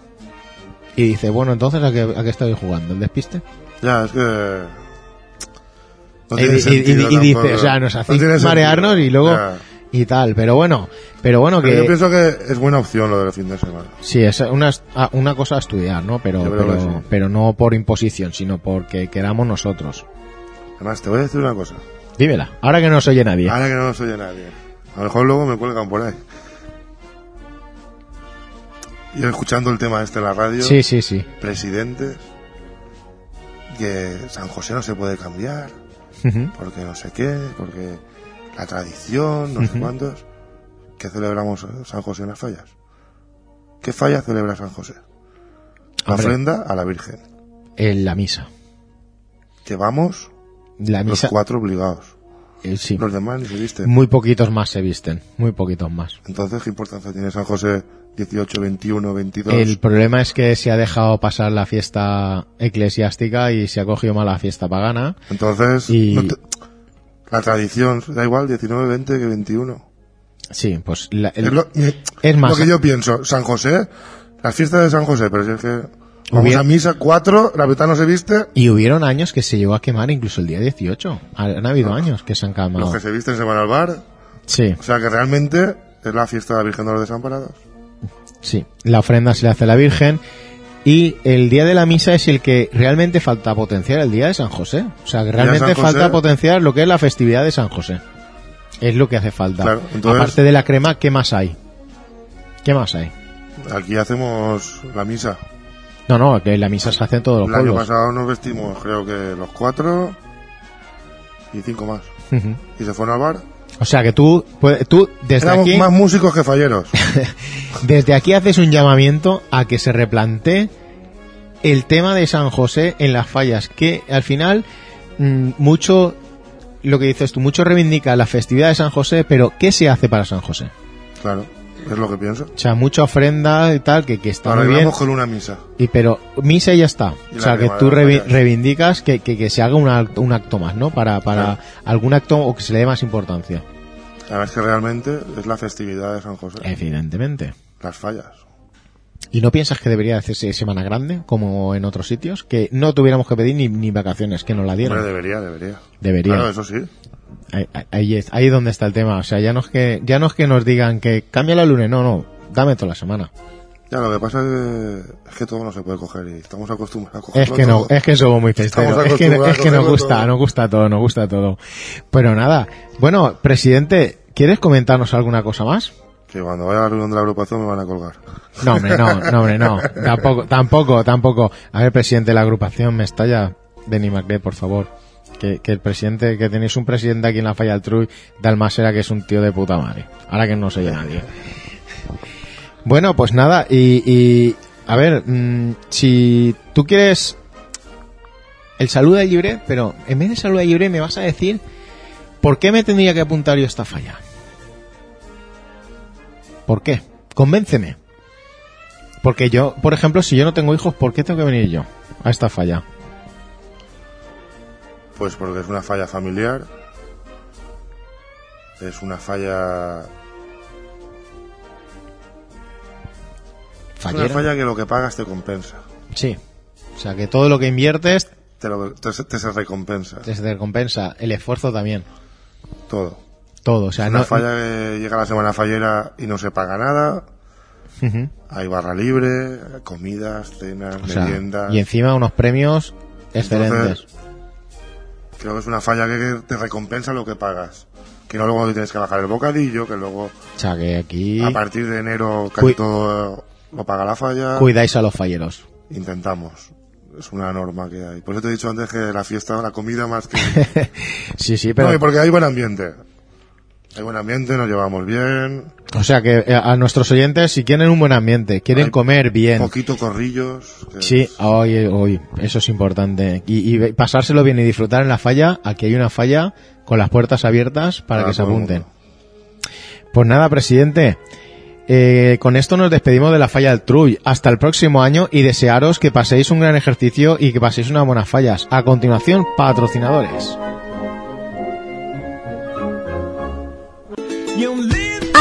Speaker 6: Y dice, bueno, entonces, ¿a qué, a qué estoy jugando? ¿El despiste?
Speaker 7: ya, es que... no
Speaker 6: y,
Speaker 7: tiene
Speaker 6: y- y-
Speaker 7: sentido
Speaker 6: y dice,
Speaker 7: tampoco.
Speaker 6: o sea, nos
Speaker 7: No
Speaker 6: hacéis
Speaker 7: tiene sentido.
Speaker 6: marearnos y luego...
Speaker 7: Ya.
Speaker 6: Y tal, pero bueno, pero bueno
Speaker 7: Pero Yo
Speaker 6: que...
Speaker 7: pienso que es buena opción lo del fin de semana.
Speaker 6: Sí, es una, est- ah, una cosa a estudiar, ¿no? Pero,
Speaker 7: Yo creo
Speaker 6: pero,
Speaker 7: que sí.
Speaker 6: pero no por imposición, sino porque queramos nosotros.
Speaker 7: Además, te voy a decir una cosa.
Speaker 6: Dímela, ahora que no se oye nadie.
Speaker 7: Ah, Ahora que no nos oye nadie. A lo mejor luego me cuelgan por ahí. Y escuchando el tema este en la radio,
Speaker 6: Sí, sí, sí.
Speaker 7: presidentes, que San José no se puede cambiar, porque no sé qué, porque la tradición, no sé cuántos, que celebramos eh, San José en las fallas. ¿Qué falla celebra San José? La
Speaker 6: Hombre.
Speaker 7: ofrenda a la Virgen,
Speaker 6: En la misa.
Speaker 7: que vamos
Speaker 6: La
Speaker 7: los
Speaker 6: misa.
Speaker 7: cuatro obligados.
Speaker 6: eh, sí.
Speaker 7: Los demás ni se visten.
Speaker 6: Muy poquitos más se visten. Muy poquitos más.
Speaker 7: Entonces, ¿qué importancia tiene San José 18, 21, 22?
Speaker 6: El problema es que se ha dejado pasar la fiesta eclesiástica y se ha cogido mal la fiesta pagana.
Speaker 7: Entonces,
Speaker 6: y-
Speaker 7: no te- la tradición, pues da igual 19, 20 que 21.
Speaker 6: Sí, pues la- el-
Speaker 7: es lo,
Speaker 6: es más- eh.
Speaker 7: lo que yo pienso, San José, las fiestas de San José, pero si es que vamos
Speaker 6: Hubiera-
Speaker 7: a misa cuatro, la verdad no se viste,
Speaker 6: y hubieron años que se llegó a quemar incluso el día 18. Han habido años que se han quemado.
Speaker 7: los que se visten se van al bar,
Speaker 6: Sí,
Speaker 7: o sea que realmente es la fiesta de la Virgen de los Desamparados.
Speaker 6: sí. La ofrenda se le hace a la Virgen. Y el día de la misa es el que realmente falta potenciar el día de San José. O sea, que
Speaker 7: de
Speaker 6: realmente
Speaker 7: San José-
Speaker 6: falta potenciar lo que es la festividad de San José. Es lo que hace falta.
Speaker 7: Claro, entonces-
Speaker 6: Aparte de la crema, ¿qué más hay? ¿Qué más hay?
Speaker 7: Aquí hacemos la misa.
Speaker 6: No, no, que la misa se hace en todos los
Speaker 7: El año
Speaker 6: pueblos.
Speaker 7: pasado nos vestimos, creo que los cuatro y cinco más.
Speaker 6: Ujú.
Speaker 7: Y se fueron al bar.
Speaker 6: O sea que tú, puede- tú desde
Speaker 7: Éramos
Speaker 6: aquí,
Speaker 7: más músicos que falleros.
Speaker 6: (laughs) desde aquí haces un llamamiento a que se replantee el tema de San José en las fallas, que al final mm, mucho, lo que dices tú, mucho reivindica la festividad de San José, pero ¿qué se hace para San José?
Speaker 7: claro, es lo que pienso.
Speaker 6: O sea, mucha ofrenda y tal, que, que está
Speaker 7: Ahora
Speaker 6: muy bien,
Speaker 7: vamos con una misa.
Speaker 6: y, pero misa y ya está.
Speaker 7: Y
Speaker 6: O
Speaker 7: la
Speaker 6: sea, que
Speaker 7: crema de
Speaker 6: tú
Speaker 7: las
Speaker 6: revi-
Speaker 7: fallas.
Speaker 6: reivindicas que, que- que se haga un acto, un acto más, ¿no? Para, para algún acto o que se le dé más importancia.
Speaker 7: La verdad es que realmente es la festividad de San José.
Speaker 6: Eh. Evidentemente.
Speaker 7: Las fallas.
Speaker 6: ¿Y no piensas que debería hacerse semana grande, como en otros sitios? Que no tuviéramos que pedir ni, ni vacaciones, que nos la
Speaker 7: Hombre,
Speaker 6: dieran.
Speaker 7: debería, debería.
Speaker 6: Debería.
Speaker 7: Claro, eso sí.
Speaker 6: Ahí, ahí es, ahí es donde está el tema. O sea, ya no es que, ya no es que nos digan que cambia la lunes, no, no, dame toda la semana.
Speaker 7: Ya, lo que pasa es que, es que todo no se puede coger y estamos acostumbrados a cogerlo
Speaker 6: Es que no,
Speaker 7: todo.
Speaker 6: es que somos muy festeros.
Speaker 7: Pues Estamos
Speaker 6: Es que,
Speaker 7: acostumbrados
Speaker 6: es que nos
Speaker 7: a
Speaker 6: gusta,
Speaker 7: todo.
Speaker 6: nos gusta todo, nos gusta todo. Pero nada. Bueno, presidente, ¿quieres comentarnos alguna cosa más?
Speaker 7: Que cuando vaya a la reunión de la agrupación me van a colgar.
Speaker 6: No, hombre, no, no, hombre, no. Tampoco, tampoco, tampoco. A ver, presidente de la agrupación, me estalla Benny Maclé, por favor. Que, que el presidente, que tenéis un presidente aquí en la falla del Truy, de Almasera, que es un tío de puta madre. Ahora que no se oye nadie. Bueno, pues nada, y, y a ver, mm, si tú quieres el saludo al libre, pero en vez de saludo al libre me vas a decir por qué me tendría que apuntar yo a esta falla. ¿Por qué? Convénceme. Porque yo, por ejemplo, si yo no tengo hijos, ¿por qué tengo que venir yo a esta falla?
Speaker 7: Pues porque es una falla familiar. Es una falla... Es una
Speaker 6: Fallera.
Speaker 7: falla que lo que pagas te compensa.
Speaker 6: Sí. O sea, que todo lo que inviertes
Speaker 7: Te, lo- te se- te se recompensa.
Speaker 6: te se recompensa. El esfuerzo también.
Speaker 7: Todo.
Speaker 6: Todo. O sea,
Speaker 7: Una
Speaker 6: Ah, no,
Speaker 7: falla que llega la semana fallera y no se paga nada.
Speaker 6: (laughs) Ujú.
Speaker 7: Hay barra libre, comidas, cenas,
Speaker 6: O sea,
Speaker 7: meriendas.
Speaker 6: y encima unos premios excelentes.
Speaker 7: Creo que es una falla que- que te recompensa lo que pagas. Que no luego te tienes que bajar el bocadillo, que luego
Speaker 6: O sea, que aquí
Speaker 7: a partir de enero casi
Speaker 6: Cui-
Speaker 7: todo lo paga la falla.
Speaker 6: cuidáis a los falleros.
Speaker 7: Intentamos. Es una norma que hay. Por eso te he dicho antes que la fiesta, la comida
Speaker 6: (laughs)
Speaker 7: más que...
Speaker 6: Sí, sí, pero...
Speaker 7: no, y porque hay buen ambiente. Hay buen ambiente, nos llevamos bien,
Speaker 6: O sea, que eh, a nuestros oyentes, si quieren un buen ambiente, quieren
Speaker 7: Ay,
Speaker 6: comer bien,
Speaker 7: poquito corrillos. que
Speaker 6: Sí,
Speaker 7: es-
Speaker 6: hoy, hoy, eso es importante. Y, y pasárselo bien y disfrutar en la falla. Aquí hay una falla con las puertas abiertas para,
Speaker 7: Para
Speaker 6: que se
Speaker 7: Ah, todo el
Speaker 6: apunten.
Speaker 7: mundo.
Speaker 6: Pues nada, presidente. eh, con esto nos despedimos de la falla del Trull. Hasta el próximo año y desearos que paséis un gran ejercicio y que paséis unas buenas fallas. A continuación, patrocinadores.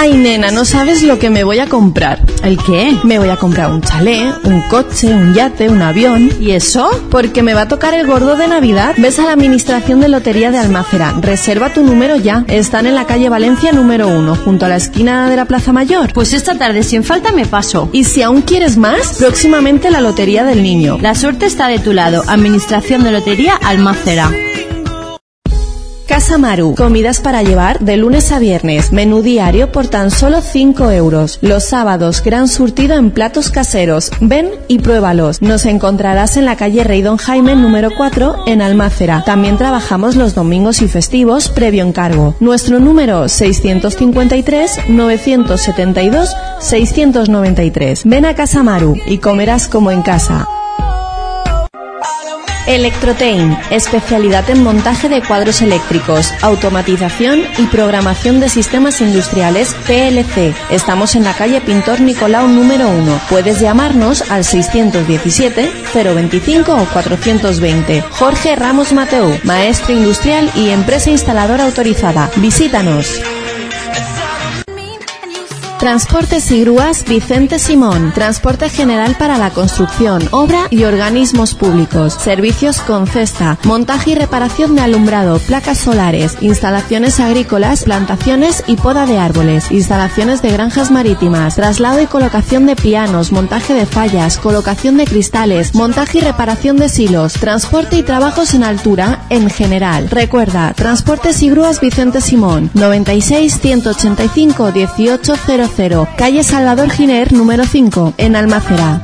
Speaker 3: Ay, nena, no sabes lo que me voy a comprar.
Speaker 4: ¿El qué?
Speaker 3: Me voy a comprar un chalet, un coche, un yate, un avión.
Speaker 4: ¿Y eso?
Speaker 3: Porque me va a tocar el gordo de Navidad. Ves a la Administración de Lotería de Almácera. Reserva tu número ya. Están en la calle Valencia número 1, junto a la esquina de la Plaza Mayor.
Speaker 4: Pues esta tarde sin falta me paso.
Speaker 3: Y si aún quieres más, próximamente la Lotería del Niño.
Speaker 4: La suerte está de tu lado. Administración de Lotería Almácera.
Speaker 3: Casa Maru, comidas para llevar de lunes a viernes, menú diario por tan solo 5 euros. Los sábados, gran surtido en platos caseros. Ven y pruébalos. Nos encontrarás en la calle Rey Don Jaime número 4 en Almácera. También trabajamos los domingos y festivos previo encargo. Nuestro número 653 972 693. Ven a Casa Maru y comerás como en casa. Electrotain, especialidad en montaje de cuadros eléctricos, automatización y programación de sistemas industriales PLC. Estamos en la calle Pintor Nicolau número 1. Puedes llamarnos al 617 025 o 420. Jorge Ramos Mateu, maestro industrial y empresa instaladora autorizada. Visítanos. Transportes y Grúas Vicente Simón. Transporte general para la construcción, obra y organismos públicos. Servicios con cesta, montaje y reparación de alumbrado, placas solares, instalaciones agrícolas, plantaciones y poda de árboles, instalaciones de granjas marítimas, traslado y colocación de pianos, montaje de fallas, colocación de cristales, montaje y reparación de silos, transporte y trabajos en altura en general. Recuerda, Transportes y Grúas Vicente Simón, 96 185 1800 calle Salvador Giner, número 5, en Almácera.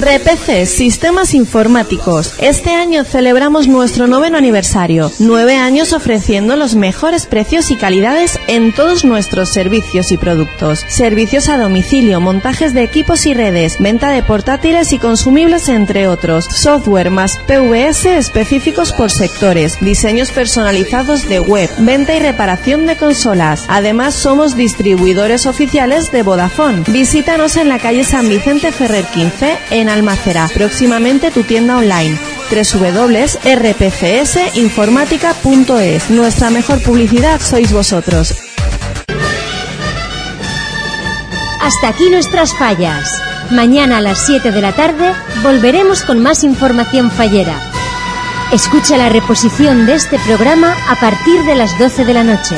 Speaker 3: RPC Sistemas Informáticos. Este año celebramos nuestro noveno aniversario. Nueve años ofreciendo los mejores precios y calidades en todos nuestros servicios y productos. Servicios a domicilio, montajes de equipos y redes, venta de portátiles y consumibles, entre otros. Software más PVS específicos por sectores. Diseños personalizados de web, venta y reparación de consolas. Además, somos distribuidores oficiales de Vodafone. Visítanos en la calle San Vicente Ferrer 15 en Almacera. Próximamente tu tienda online www.rpcsinformática.es. Nuestra mejor publicidad sois vosotros.
Speaker 1: Hasta aquí nuestras fallas. Mañana a las 7 de la tarde volveremos con más información fallera. Escucha la reposición de este programa a partir de las 12 de la noche.